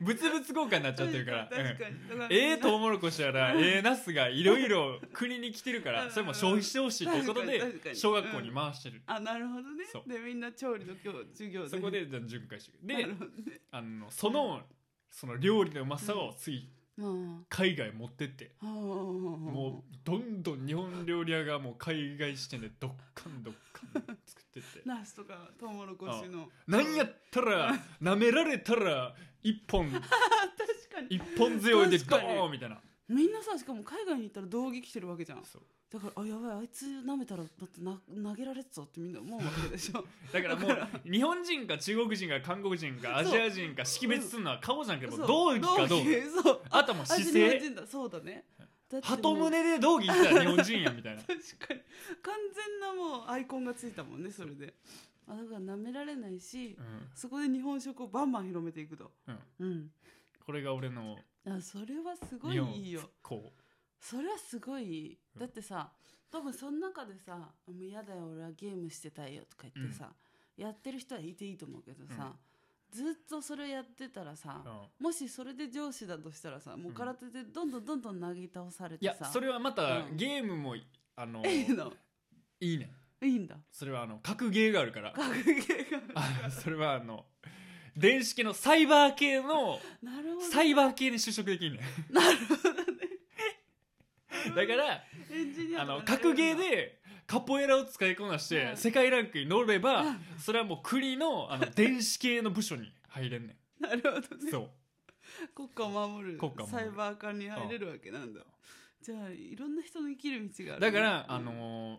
Speaker 1: 物々交換になっちゃってるから
Speaker 2: 確かに、だから
Speaker 1: うんええトウモロコシやらええナスがいろいろ国に来てるか
Speaker 2: う
Speaker 1: ら
Speaker 2: ん
Speaker 1: それも消費してほしいということ
Speaker 2: 確かに確か
Speaker 1: で
Speaker 2: に
Speaker 1: 小学校に回してる、
Speaker 2: あなるほどね
Speaker 1: そう
Speaker 2: でみんな調理の今日授業で
Speaker 1: そこでじゃあ巡回してく
Speaker 2: な
Speaker 1: で
Speaker 2: るほどね
Speaker 1: あのそのその料理のうまさを次
Speaker 2: ま
Speaker 1: 海外持ってって
Speaker 2: あも
Speaker 1: もうどんどん日本料理屋がもう海外視点でどっかんどっかん作ってって
Speaker 2: ナスとかトウモロコシの
Speaker 1: なんやったら舐められたら一本
Speaker 2: あ確かに
Speaker 1: 一本背負いで
Speaker 2: 確
Speaker 1: ド
Speaker 2: かに
Speaker 1: ーンみたいな
Speaker 2: みんなさしかも海外に行ったら道着着てるわけじゃん
Speaker 1: そう
Speaker 2: だからあやばいあいつ舐めたらだってな投げられてたってみんな思うわけでし ょ
Speaker 1: だからもう日本人か中国人か韓国人かアジア人か識別するのは顔じゃなくても
Speaker 2: そう
Speaker 1: う道着かどうか
Speaker 2: 道着そう
Speaker 1: あとはもう
Speaker 2: あい
Speaker 1: 姿
Speaker 2: つ日本
Speaker 1: 勢
Speaker 2: 人だそうだねだってもう
Speaker 1: 鳩胸で道着着たら日本人やみたいな
Speaker 2: 確かに完全なもうアイコンがついたもんねそれであだから舐められないし、
Speaker 1: うん
Speaker 2: そこで日本食をバンバン広めていくと
Speaker 1: うん、
Speaker 2: うん
Speaker 1: これが俺の
Speaker 2: あそれはすごい
Speaker 1: 日本
Speaker 2: いいよ
Speaker 1: 復興
Speaker 2: それはすごいいい
Speaker 1: うん
Speaker 2: だってさ多分その中でさ「もう嫌だよ俺はゲームしてたいよ」とか言ってさ、やってる人はいていいと思うけどさ、ずっとそれやってたらさ、
Speaker 1: うん
Speaker 2: もしそれで上司だとしたらさもう空手でどんどんどんどん投げ倒され
Speaker 1: い
Speaker 2: て
Speaker 1: や
Speaker 2: さ、
Speaker 1: それはまた
Speaker 2: うん
Speaker 1: ゲームもあの
Speaker 2: ええの
Speaker 1: いいね
Speaker 2: いいんだ
Speaker 1: それはあの格ゲーがあるから
Speaker 2: 学芸が
Speaker 1: あそれはあの電子系のサイバー系の
Speaker 2: なるほど
Speaker 1: サイバー系に就職できるね
Speaker 2: なるほどね
Speaker 1: だから
Speaker 2: エンジニア
Speaker 1: あ
Speaker 2: とか
Speaker 1: の
Speaker 2: なれる
Speaker 1: 格ゲー
Speaker 2: んだ
Speaker 1: でカポエラを使いこなし
Speaker 2: う
Speaker 1: て
Speaker 2: ん
Speaker 1: 世界ランクに乗れば
Speaker 2: うん
Speaker 1: それはもう国の あの電子系の部署に入れんね
Speaker 2: なるほど
Speaker 1: ん
Speaker 2: ね
Speaker 1: そう
Speaker 2: 国家を守る
Speaker 1: 国家を守る
Speaker 2: サイバー化に入れるわけなんだじゃあいろんな人の生きる道がある
Speaker 1: だ
Speaker 2: ね
Speaker 1: から
Speaker 2: うん
Speaker 1: あのー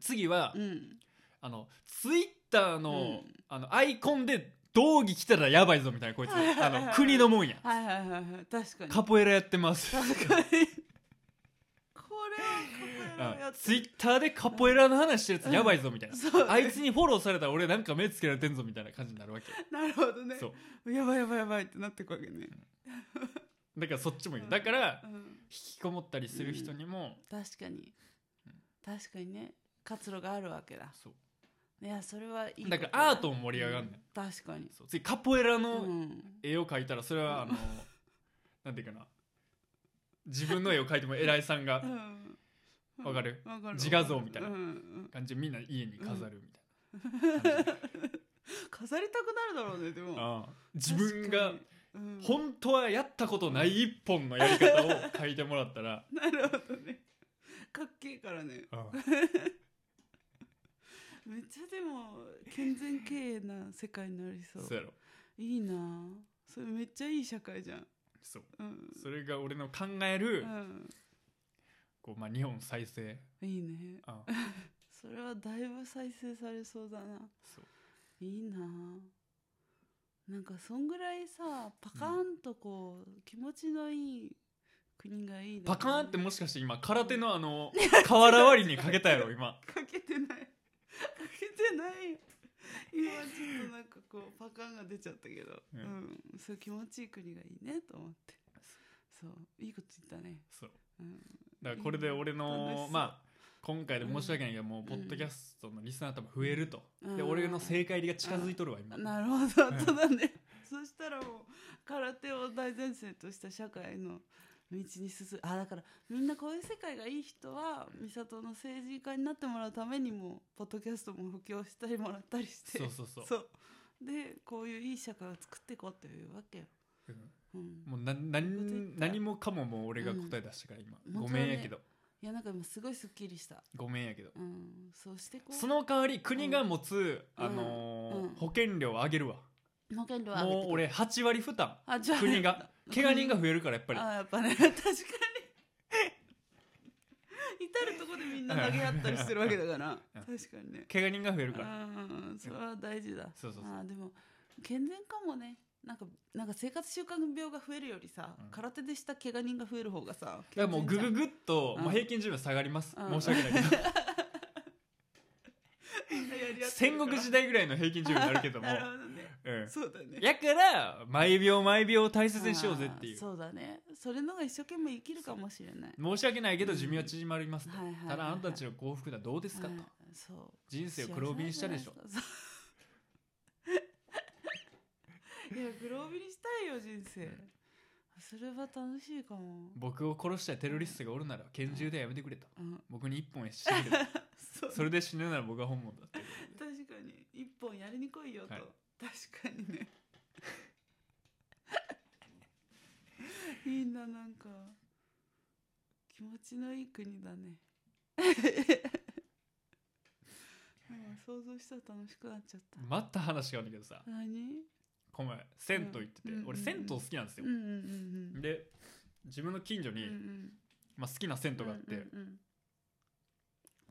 Speaker 1: 次は
Speaker 2: うん
Speaker 1: あのツイッター
Speaker 2: う
Speaker 1: の
Speaker 2: ん
Speaker 1: あのアイコンで道着着たらやばいぞみたいなこいつ
Speaker 2: はいはいは
Speaker 1: あ
Speaker 2: いはい
Speaker 1: の国のもんや
Speaker 2: はいはいはいはい確かに
Speaker 1: カポエラやってます
Speaker 2: 確かにこれはカポエラをやって
Speaker 1: ツイッターでカポエラの話してるやつやばいぞみたいな
Speaker 2: そう
Speaker 1: あいつにフォローされたら俺なんか目つけられてんぞみたいな感じになるわけ
Speaker 2: なるほどね
Speaker 1: そう
Speaker 2: やばいやばいやばいってなってくわけね
Speaker 1: だからそっちもいいだから
Speaker 2: うん
Speaker 1: 引きこもったりする人にも
Speaker 2: 確かに
Speaker 1: うん
Speaker 2: 確かにね活路があるわけだ
Speaker 1: そう
Speaker 2: いやそれはいい
Speaker 1: だか
Speaker 2: こと
Speaker 1: らアートも盛り上がんねん
Speaker 2: 確かに
Speaker 1: そう次カポエラ
Speaker 2: う
Speaker 1: の
Speaker 2: ん
Speaker 1: 絵を描いたらそれはあのなんていうかな自分の絵を描いても偉いさんが
Speaker 2: うん
Speaker 1: わかる
Speaker 2: わかる
Speaker 1: 自画像みたいな
Speaker 2: うんうん
Speaker 1: 感じでみんな家に飾るみたいな感
Speaker 2: 飾りたくなるだろうねで
Speaker 1: じ、
Speaker 2: も
Speaker 1: ああ自分が
Speaker 2: 確かにうん
Speaker 1: 本当はやったことない一本のやり方を書いてもらったら、
Speaker 2: なるほどねかっけえからね
Speaker 1: うん
Speaker 2: めっちゃでも健全経営な世界になりそう
Speaker 1: そうやろ
Speaker 2: いいなあそれめっちゃいい社会じゃん
Speaker 1: そう
Speaker 2: うん、
Speaker 1: それが俺の考える、
Speaker 2: う
Speaker 1: こうまあ、日本再生、
Speaker 2: ん、いいね
Speaker 1: うん
Speaker 2: それはだいぶ再生されそうだな
Speaker 1: そう
Speaker 2: いいなあなんかそんぐらいさパカーンとこう、気持ちのいい国がいいな
Speaker 1: パカーンってもしかして今空手のあ の瓦割りにかけたやろ今
Speaker 2: かけてないかけてないよ今ちょっとなんかこうパカンが出ちゃったけど、う
Speaker 1: うん
Speaker 2: んそう気持ちいい国がいいねと思ってそういいこと言ったね、
Speaker 1: そう
Speaker 2: うん、
Speaker 1: だからこれで俺
Speaker 2: 楽し
Speaker 1: の
Speaker 2: そう
Speaker 1: まあ今回で申し訳ないけど、もうポッドキャストのリスナー多分増えると、で俺の正解入りが近づいとるわ今、
Speaker 2: なるほどそうだねそしたらもう空手を大前線とした社会の道に進むあだからみんなこういう世界がいい人は美里の政治家になってもらうためにもポッドキャストも布教したりもらったりして
Speaker 1: そうそうそう
Speaker 2: そうでこういういい社会を作っていこうというわけよ、
Speaker 1: うん
Speaker 2: うん、
Speaker 1: もうな何何もかももう俺が答え出したから今、
Speaker 2: うん
Speaker 1: ごめんやけど、
Speaker 2: いやなんか今すごいすっきりした、
Speaker 1: ごめんやけど
Speaker 2: うん、そうしてこう
Speaker 1: その代わり国が持つ、
Speaker 2: うん
Speaker 1: あのー
Speaker 2: うん
Speaker 1: 保険料を上げるわ
Speaker 2: 保険料を上げて
Speaker 1: もう俺8割負担
Speaker 2: あじゃあ
Speaker 1: 国が 怪我人が増えるからやっぱり
Speaker 2: あやっぱね 確かに至るとこでみんな投げ合ったりしてるわけだから
Speaker 1: うん
Speaker 2: 確かにね
Speaker 1: 怪我人が増えるから
Speaker 2: うんそれは大事だ
Speaker 1: そうそうそう
Speaker 2: あーでも健全かもねなんかなんか生活習慣病が増えるよりさ、
Speaker 1: うん
Speaker 2: 空手でした怪我人が増える方がさ
Speaker 1: だからもう
Speaker 2: 健
Speaker 1: ぐぐ
Speaker 2: 全じ
Speaker 1: ぐっと、
Speaker 2: うん
Speaker 1: まあ、平均寿命下がります、
Speaker 2: うん
Speaker 1: 申し訳ない けど
Speaker 2: ゃんみんなやり合ってる
Speaker 1: 戦
Speaker 2: から
Speaker 1: 国時代ぐらいの平均寿命になるけ ども
Speaker 2: なるほどね
Speaker 1: うん
Speaker 2: そうだね
Speaker 1: やから毎秒毎秒大切にしようぜってい
Speaker 2: あー
Speaker 1: う
Speaker 2: そうだねそれのが一生懸命生きるかもしれない
Speaker 1: 申し訳ないけど寿命は縮まりますと、
Speaker 2: はいはいはいはい
Speaker 1: ただあなたたちの幸福度はどうですかと、
Speaker 2: はいそう
Speaker 1: 人生を黒帯にしたでしょ
Speaker 2: そう いや黒帯にしたいよ人生、
Speaker 1: うん
Speaker 2: それは楽しいかも、
Speaker 1: 僕を殺したテロリストがおるなら拳銃でやめてくれと
Speaker 2: うん、
Speaker 1: 僕に一本やしてくれと
Speaker 2: そう
Speaker 1: それで死ぬなら僕は本望だっていうことで
Speaker 2: 確かに一本やりに来いよと、
Speaker 1: はい
Speaker 2: 確かにねいいななんか気持ちのいい国 だねなんか想像したら楽しくなっちゃった
Speaker 1: また話があるんだけどさ
Speaker 2: 何
Speaker 1: この前銭湯行ってて、
Speaker 2: うん
Speaker 1: 俺銭湯好きなんです
Speaker 2: う
Speaker 1: よ
Speaker 2: ん、うんうん
Speaker 1: で自分の近所
Speaker 2: うん
Speaker 1: に、
Speaker 2: うん
Speaker 1: まあ、好きな銭湯があって、
Speaker 2: うんうんうん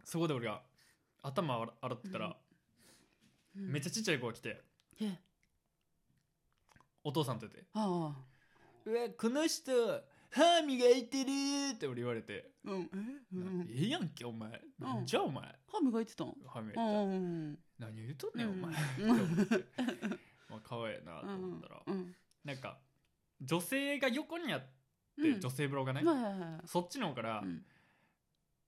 Speaker 1: そこで俺が頭を洗ってたら、
Speaker 2: うん
Speaker 1: めっちゃちっちゃい子が来て
Speaker 2: え
Speaker 1: お父さんと言って
Speaker 2: ああ
Speaker 1: 「うわこの人歯磨いてる」って俺言われて
Speaker 2: うんえ
Speaker 1: 「
Speaker 2: う
Speaker 1: え
Speaker 2: ん
Speaker 1: えやんけお前、
Speaker 2: うん
Speaker 1: じゃあお前
Speaker 2: 歯磨いてたん
Speaker 1: 歯磨い
Speaker 2: うん
Speaker 1: た、
Speaker 2: うんうん
Speaker 1: 何言うとんねん、お前」
Speaker 2: うん
Speaker 1: って思ってまあ可愛いなと思ったら、
Speaker 2: うん
Speaker 1: なんか女性が横にあって、
Speaker 2: うん
Speaker 1: 女性風呂がね、
Speaker 2: はいはいはい
Speaker 1: そっちの方から「
Speaker 2: うん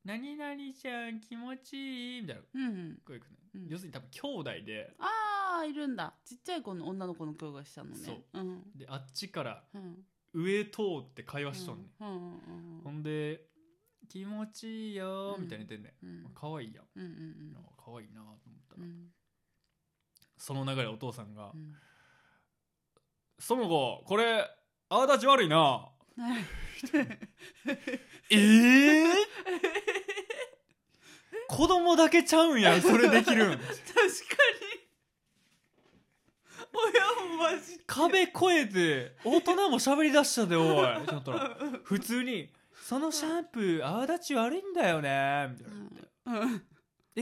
Speaker 1: 何々ちゃん気持ちいい」みたいな
Speaker 2: うんうん
Speaker 1: 声が来るね
Speaker 2: うん
Speaker 1: 要するに多分兄弟で
Speaker 2: ああいるんだちっちゃい子の女の子の声がしたのね
Speaker 1: そう
Speaker 2: うん
Speaker 1: であっちから
Speaker 2: うん
Speaker 1: 上通って会話しとんねん、
Speaker 2: うんうんうんうん
Speaker 1: ほんで気持ちいいよーみたいに言ってんね、
Speaker 2: うん
Speaker 1: 可愛いやん
Speaker 2: うんうん
Speaker 1: なんか可愛いなと思った
Speaker 2: うんう
Speaker 1: ら、
Speaker 2: ん
Speaker 1: その流れお父さんが
Speaker 2: うん
Speaker 1: 「その子これ泡立ち悪いな
Speaker 2: はい
Speaker 1: えー、子供だけちゃうんやそれできるん
Speaker 2: 確かに親もマジ
Speaker 1: 壁越えて大人も喋りだしたでおい ちょっと
Speaker 2: うん
Speaker 1: 普通に「そのシャンプー泡立ち悪いんだよね」みたいな言って
Speaker 2: うん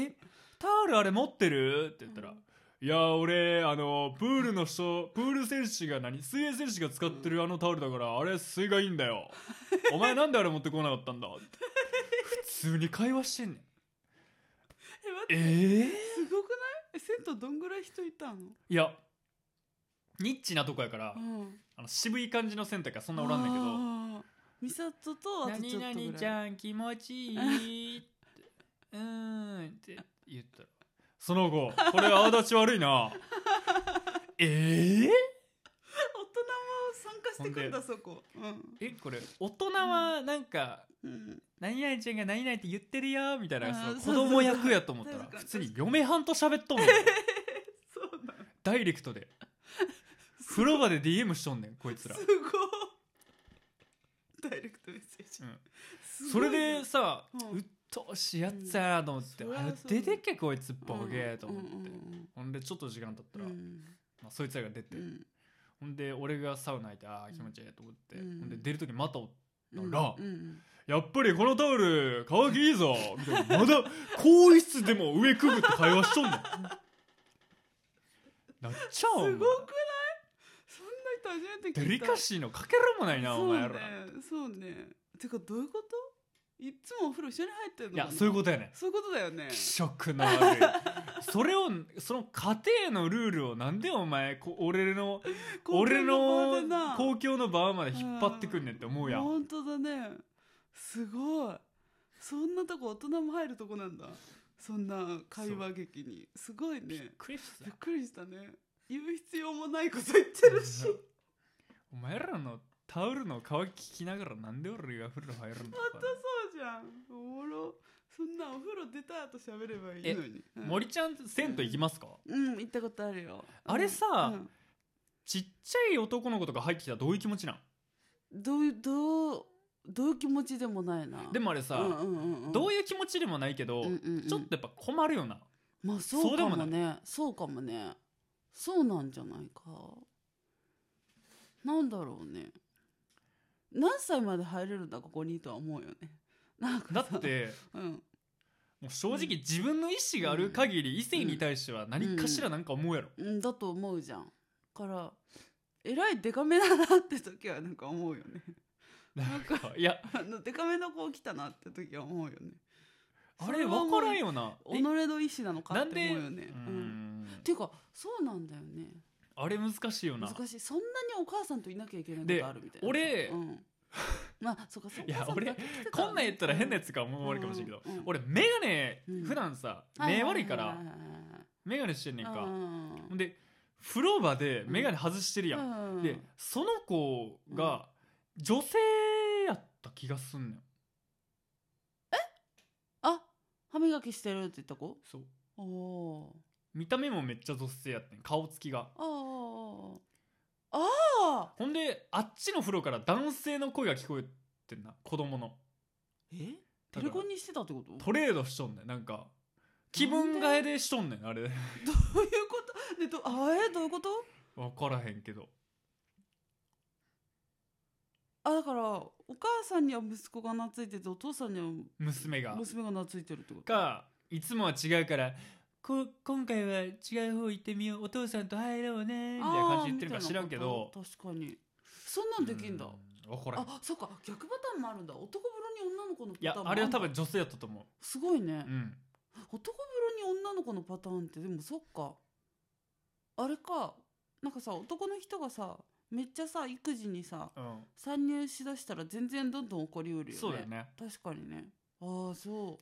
Speaker 1: えタオルあれ持ってる?」って言ったら「
Speaker 2: うん
Speaker 1: いや俺あのプールの人プール選手が何水泳選手が使ってるあのタオルだからあれ水がいいんだ よお前なんであれ持ってこなかったんだ」って普通に会話してんねん
Speaker 2: え待って
Speaker 1: えー、
Speaker 2: すごくないえ銭湯どんぐらい人いたの
Speaker 1: いやニッチなとこやから、
Speaker 2: うん
Speaker 1: あの渋い感じのセンターがそんなおらんねんけど
Speaker 2: あー美里と
Speaker 1: 「
Speaker 2: あとちょっとぐらい
Speaker 1: ゃん気持ちいい」 うーんって言ったら その後「これ泡立ち悪い な」ええ
Speaker 2: 大人も参加してくんだそこうん
Speaker 1: えこれ大人はなんか、
Speaker 2: うん
Speaker 1: 何々ちゃんが何々って言ってるよみたいな
Speaker 2: あー
Speaker 1: その子
Speaker 2: そうそう
Speaker 1: 供役やと思ったら
Speaker 2: 確かに
Speaker 1: 普通に嫁はんと喋っとんねん
Speaker 2: そうなの
Speaker 1: ダイレクト で風呂場で DM しとんねんこいつ
Speaker 2: す
Speaker 1: ら、
Speaker 2: ごいダイレクトメッセージ
Speaker 1: うん
Speaker 2: す
Speaker 1: そ
Speaker 2: ご
Speaker 1: れ
Speaker 2: いね
Speaker 1: でさ、
Speaker 2: うん
Speaker 1: うっとうしいやつやなと思って、
Speaker 2: うん
Speaker 1: あ
Speaker 2: そりゃそう
Speaker 1: 出てけこいつボケーと思って、
Speaker 2: うんうん
Speaker 1: ほんでちょっと時間経った
Speaker 2: うん
Speaker 1: ら、
Speaker 2: うん
Speaker 1: まあ、そいつらが出て、
Speaker 2: うん
Speaker 1: ほんで俺がサウナ行ってああ気持ちいいと思って、
Speaker 2: うん
Speaker 1: ほんで出る時またおって
Speaker 2: うん
Speaker 1: なら
Speaker 2: うん
Speaker 1: やっぱりこのタオル乾きいいぞみたいなまだ更衣室でも上くぐって会話しとんのなっちゃうお前
Speaker 2: すごくないそんな人初めて聞
Speaker 1: デ
Speaker 2: い
Speaker 1: リ
Speaker 2: た
Speaker 1: カシーのかけらもないなお前ら、
Speaker 2: そうねそうねてかどういうこといっつもお風呂一緒に入ってるの
Speaker 1: い
Speaker 2: かな
Speaker 1: やそういうことやねん
Speaker 2: そういうことだよね
Speaker 1: 気色の悪いそれをその家庭のルールをなんでお前こ俺の俺の公共の場まで引っ張ってくんねんって思うやん
Speaker 2: 本当だねすごいそんなとこ大人も入るとこなんだそんな会話劇にすごい
Speaker 1: びっ
Speaker 2: ね
Speaker 1: くりした
Speaker 2: びっくりしたね言う必要もないこと言ってるし
Speaker 1: お前らのタオルの乾き聞きながらなんで俺が風呂入るんだ
Speaker 2: 本当そうじゃんおもろそんなお風呂出た後喋ればいいのにうん
Speaker 1: 森ちゃん銭湯行きますか、
Speaker 2: うん行ったことあるよ
Speaker 1: あれさ
Speaker 2: うん
Speaker 1: ちっちゃい男の子とか入ってきたらどういう気持ちなん
Speaker 2: どういうどうどういう気持ちでもないな
Speaker 1: でもあれさ、
Speaker 2: うんうんうんうん、
Speaker 1: どういう気持ちでもないけど、
Speaker 2: うんうんうん
Speaker 1: ちょっとやっぱ困るよな
Speaker 2: まあそうか
Speaker 1: そうで
Speaker 2: も
Speaker 1: も
Speaker 2: ねそうかもねそうなんじゃないかなんだろうね何歳まで入れるんだここにとは思うよねなんか
Speaker 1: だ
Speaker 2: さ
Speaker 1: って
Speaker 2: うん
Speaker 1: もう正直自分の意思がある限り異性に対しては何かしらなんか思うやろ、
Speaker 2: うんだと思うじゃんだからえらいデカめだなって時はなんか思うよね
Speaker 1: なんかいや
Speaker 2: あのデカめの子来たなって時は思うよね
Speaker 1: あれ分からんよな
Speaker 2: 己の意思なの
Speaker 1: え
Speaker 2: か
Speaker 1: な
Speaker 2: っ
Speaker 1: ん
Speaker 2: て
Speaker 1: で
Speaker 2: 思うよね
Speaker 1: う
Speaker 2: うん
Speaker 1: ん
Speaker 2: っていうかそうなんだよね
Speaker 1: あれ難しいよな
Speaker 2: 難しいそんなにお母さんといなきゃいけないこ
Speaker 1: で
Speaker 2: とあるみたいな
Speaker 1: 俺
Speaker 2: うん、まあそうかそう
Speaker 1: いや俺こんなん言ったら変なやつか思われるかもしれんけど、
Speaker 2: うんうん
Speaker 1: 俺メガネ
Speaker 2: うん
Speaker 1: 普段さ、目悪いからメガネしてんねんか、ほんで風呂場でメガネ外してる
Speaker 2: い
Speaker 1: やん、
Speaker 2: ん
Speaker 1: でその子が女性やった気がすんねん
Speaker 2: あ歯磨きしてるって言った子
Speaker 1: そう
Speaker 2: おお
Speaker 1: 見た目もめっちゃ女性やってん顔つきが
Speaker 2: ああああ
Speaker 1: ほんであっちの風呂から男性の声が聞こえてんな子供の
Speaker 2: え
Speaker 1: だか
Speaker 2: テレ
Speaker 1: ら
Speaker 2: コンにしてたってこと
Speaker 1: トレードしとんねんなんか気分替えでしとんねんあれ
Speaker 2: どういうことでどあえどういうこと
Speaker 1: 分からへんけど
Speaker 2: あだからお母さんには息子が懐いててお父さんには
Speaker 1: 娘が
Speaker 2: 娘が懐いてるってこと
Speaker 1: かいつもは違うからこ今回は違う方行ってみようお父さんと入ろうねみたいな感じで言ってるか知らんけど
Speaker 2: あーみたいなこと確かにそんなんできんだ
Speaker 1: う分からへんい
Speaker 2: あそっか逆パターンもあるんだ男風呂に女の子のパタ
Speaker 1: や
Speaker 2: ーンも
Speaker 1: あ
Speaker 2: る
Speaker 1: れは多分女性やったと思
Speaker 2: すごいね
Speaker 1: う、うん
Speaker 2: 男風呂に女の子のパターンってでもそっかあれかなんかさ男の人がさめっちゃさ育児にさ
Speaker 1: うん
Speaker 2: 参入しだしたら全然どんどん起こりうるよね
Speaker 1: そうだよね
Speaker 2: 確かにねああそ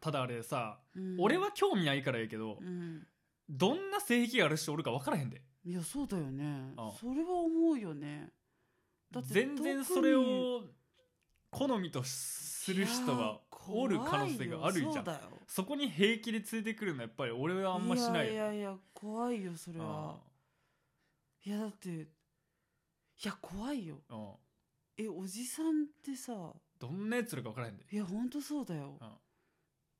Speaker 1: ただあれさ、
Speaker 2: う、うん
Speaker 1: 俺は興味ないからやけど、
Speaker 2: うん
Speaker 1: どんな性癖がある人おるか分からへんで
Speaker 2: いやそうだよね
Speaker 1: ああ
Speaker 2: それは思うよねだって
Speaker 1: 全然それを好みとする人はおる可能性があるじゃん
Speaker 2: い
Speaker 1: そ
Speaker 2: やー怖いよそ
Speaker 1: う
Speaker 2: だよ
Speaker 1: こに平気で連れてくるのはやっぱり俺はあんましないよ
Speaker 2: いやいやいや怖いよそれはいうやだっていや怖いよ
Speaker 1: んうん
Speaker 2: えおじさんってさ
Speaker 1: どんなやつらか分からへんで
Speaker 2: いやほんとそうだよ、
Speaker 1: うん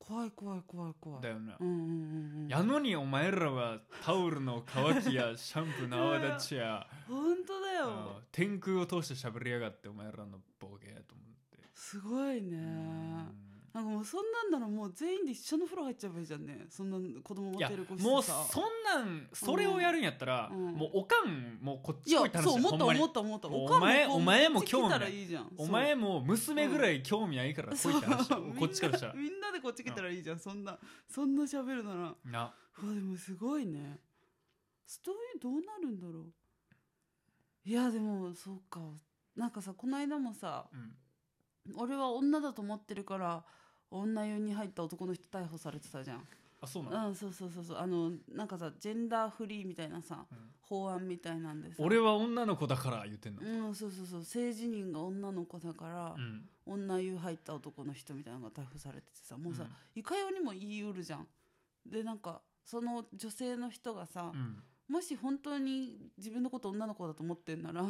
Speaker 2: 怖い怖い怖い怖い
Speaker 1: だよな、
Speaker 2: うんうんうんうん
Speaker 1: やのにお前らはタオルの乾きやシャンプーの泡立ちや、
Speaker 2: ほんとだ
Speaker 1: う
Speaker 2: よ、
Speaker 1: ん天空を通して喋りやがってお前らのボケやと思って
Speaker 2: すごいね
Speaker 1: うん
Speaker 2: なんかもうそんなんならもう全員で一緒の風呂入っちゃえばいいじゃんねそんな子供持
Speaker 1: い
Speaker 2: っ
Speaker 1: や
Speaker 2: てる子してさ
Speaker 1: もうそんなんそれをやるんやったら、
Speaker 2: うん
Speaker 1: もうおかんもこっ
Speaker 2: い
Speaker 1: ち
Speaker 2: や
Speaker 1: 来いって話
Speaker 2: そう思
Speaker 1: だ
Speaker 2: っ
Speaker 1: よ
Speaker 2: た
Speaker 1: ほんまに
Speaker 2: 思った思った
Speaker 1: お
Speaker 2: かん
Speaker 1: 前
Speaker 2: こう
Speaker 1: お前
Speaker 2: こっち
Speaker 1: も興味
Speaker 2: 来た
Speaker 1: な
Speaker 2: ら
Speaker 1: い
Speaker 2: いいじゃん
Speaker 1: お
Speaker 2: そう
Speaker 1: 前も娘ぐらい興味ないから来いって話だよ
Speaker 2: そう
Speaker 1: こっちからしたら
Speaker 2: みんなみんなでこっち来たらいいじゃん、そんなそんな喋るならうわ
Speaker 1: な
Speaker 2: でもすごいねストーリーどうなるんだろういやでもそうかなんかさこの間もさ
Speaker 1: うん
Speaker 2: 俺は女だと思ってるから女湯に入った男の人逮捕されてたじゃん
Speaker 1: あそうなの、
Speaker 2: うんそうそうそうそうあのなんかさジェンダーフリーみたいなさ
Speaker 1: うん
Speaker 2: 法案みたいなんでさ
Speaker 1: 俺は女の子だから言ってんの、
Speaker 2: うんそうそうそう性自認が女の子だから、
Speaker 1: うん
Speaker 2: 女湯入った男の人みたいなのが逮捕されててさもうさ、いかようにも言いうるじゃん。でなんかその女性の人がさ
Speaker 1: う、ん
Speaker 2: もし本当に自分のこと女の子だと思ってんなら
Speaker 1: う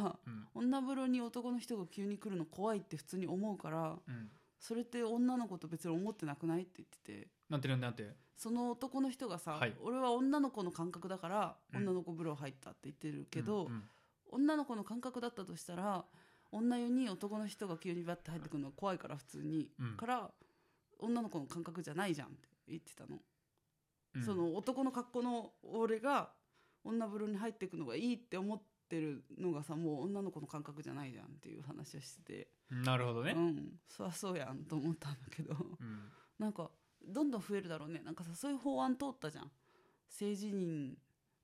Speaker 1: ん
Speaker 2: 女風呂に男の人が急に来るの怖いって普通に思うから
Speaker 1: うん
Speaker 2: それって女の子と別に思ってなくないって言ってて
Speaker 1: なんてなんてなんて
Speaker 2: その男の人がさ、
Speaker 1: はい
Speaker 2: 俺は女の子の感覚だから
Speaker 1: うん
Speaker 2: 女の子風呂入ったって言ってるけ
Speaker 1: うん
Speaker 2: ど、
Speaker 1: うん
Speaker 2: 女の子の感覚だったとしたら女湯に男の人が急にバッて入ってくるのは怖いから普通に、
Speaker 1: うん
Speaker 2: から女の子の感覚じゃないじゃんって言ってたの、
Speaker 1: うん
Speaker 2: その男の格好の俺が女風呂に入ってくのがいいって思ってるのがさもう女の子の感覚じゃないじゃんっていう話をして
Speaker 1: なるほど
Speaker 2: て、
Speaker 1: ね
Speaker 2: う、んそりゃそうやんと思ったんだけど
Speaker 1: うん
Speaker 2: なんかどんどん増えるだろうねなんかさそういう法案通ったじゃん政治人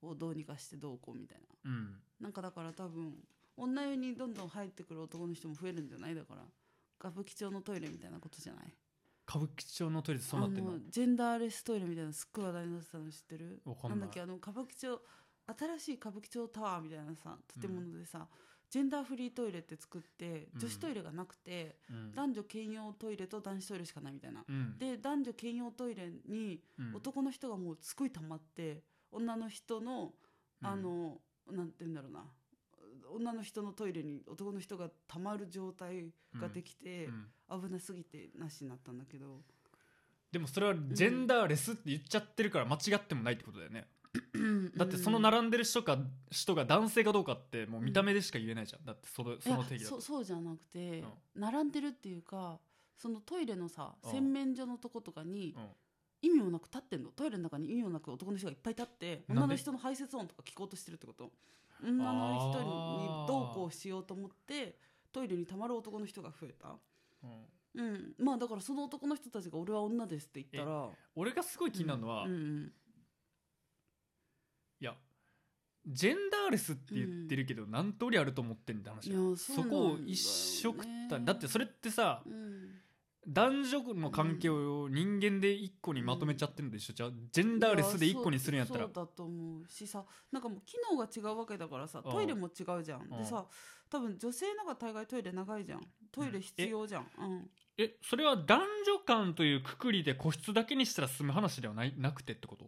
Speaker 2: をどうにかしてどうこうみたいな
Speaker 1: うん
Speaker 2: なんかだから多分女湯にどんどん入ってくる男の人も増えるんじゃないだから歌舞伎町のトイレみたいなことじゃない
Speaker 1: 歌舞伎町のトイレでそうなってんの
Speaker 2: あのジェンダーレストイレみたいなのすっごい話題になってたの知ってる
Speaker 1: わかん
Speaker 2: な
Speaker 1: ない
Speaker 2: んだっけあの歌舞伎町新しい歌舞伎町タワーみたいなさ建物でさ、ジェンダーフリートイレって作って
Speaker 1: うん
Speaker 2: 女子トイレがなくて、
Speaker 1: うん
Speaker 2: 男女兼用トイレと男子トイレしかないみたいな。
Speaker 1: うん
Speaker 2: で男女兼用トイレに
Speaker 1: うん
Speaker 2: 男の人がもうすごい溜まって女の人の
Speaker 1: うん
Speaker 2: あの、なんて言うんだろうな女の人のトイレに男の人がたまる状態ができて
Speaker 1: う、ん
Speaker 2: 危なすぎてなしになったんだけど
Speaker 1: でもそれはジェンダーレスって言っちゃってるから間違ってもないってことだよね、だってその
Speaker 2: ら
Speaker 1: 並んでる人か人が男性かどうかってもう見た目でしか言えないじゃんだってそのその定義だ
Speaker 2: そ
Speaker 1: と
Speaker 2: うそうじゃなくて、並んでるっていうかそのトイレのさ
Speaker 1: うん
Speaker 2: 洗面所のとことかに
Speaker 1: うん
Speaker 2: 意味もなく立ってんのトイレの中に意味もなく男の人がいっぱい立って
Speaker 1: なんで
Speaker 2: 女の人の排泄音とか聞こうとしてるってこと女の人にどうこうしようと思ってトイレにたまる男の人が増えた
Speaker 1: うん
Speaker 2: うん、まあだからその男の人たちが俺は女ですって言ったら
Speaker 1: 俺がすごい気になるのは、
Speaker 2: うん
Speaker 1: い
Speaker 2: うん
Speaker 1: やジェンダーレスって言ってるけど何通りあると思ってんって話
Speaker 2: い
Speaker 1: だ
Speaker 2: や
Speaker 1: よ、
Speaker 2: そう
Speaker 1: そこを一緒くっただってそれってさ男女の関係を人間で一個にまとめちゃってるので一緒じゃうジェンダーレスで一個にするんやったら
Speaker 2: そうだと思うしさなんかもう機能が違うわけだからさトイレも違うじゃん
Speaker 1: うん
Speaker 2: でさ多分女性の方が大概トイレ長いじゃんトイレ必要じゃんうん
Speaker 1: えそれは男女間というくくりで個室だけにしたら済む話ではないなくてってこと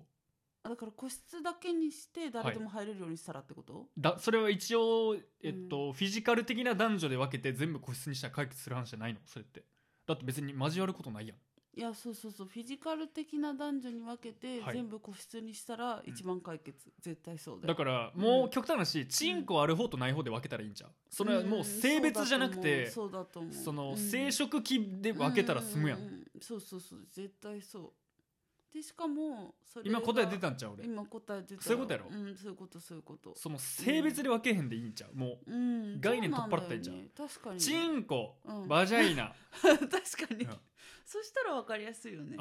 Speaker 2: あだから個室だけにして誰でも入れるようにしたらってこと
Speaker 1: だそれは一応、えっとフィジカル的な男女で分けて全部個室にしたら解決する話じゃないのそれってだって別に交わることないやん
Speaker 2: いやそうそうそうフィジカル的な男女に分けて
Speaker 1: はい
Speaker 2: 全部個室にしたら一番解決絶対そう
Speaker 1: だ
Speaker 2: だよ
Speaker 1: から
Speaker 2: うん
Speaker 1: もう極端なし、チンコある方とない方で分けたらいいんちゃうそれはもう性別じゃなくて、
Speaker 2: うんそうだと思ううだと思う
Speaker 1: その
Speaker 2: うん
Speaker 1: 生殖器で分けたら済むやん、
Speaker 2: うううそうそうそう絶対そうでしかもそれが
Speaker 1: 今答え出たんちゃう俺
Speaker 2: 今答え出たよ
Speaker 1: そういうことやろ
Speaker 2: うんそういうことそういうこと
Speaker 1: その性別で分けへんでいいんちゃうも
Speaker 2: うん
Speaker 1: 概念
Speaker 2: そうなんだよ
Speaker 1: 取っ払ってんじゃん
Speaker 2: ね確か
Speaker 1: う
Speaker 2: に
Speaker 1: チンコ、
Speaker 2: うん
Speaker 1: バジャイナ、
Speaker 2: 確かに
Speaker 1: うん
Speaker 2: そしたら分かりやすいよね
Speaker 1: う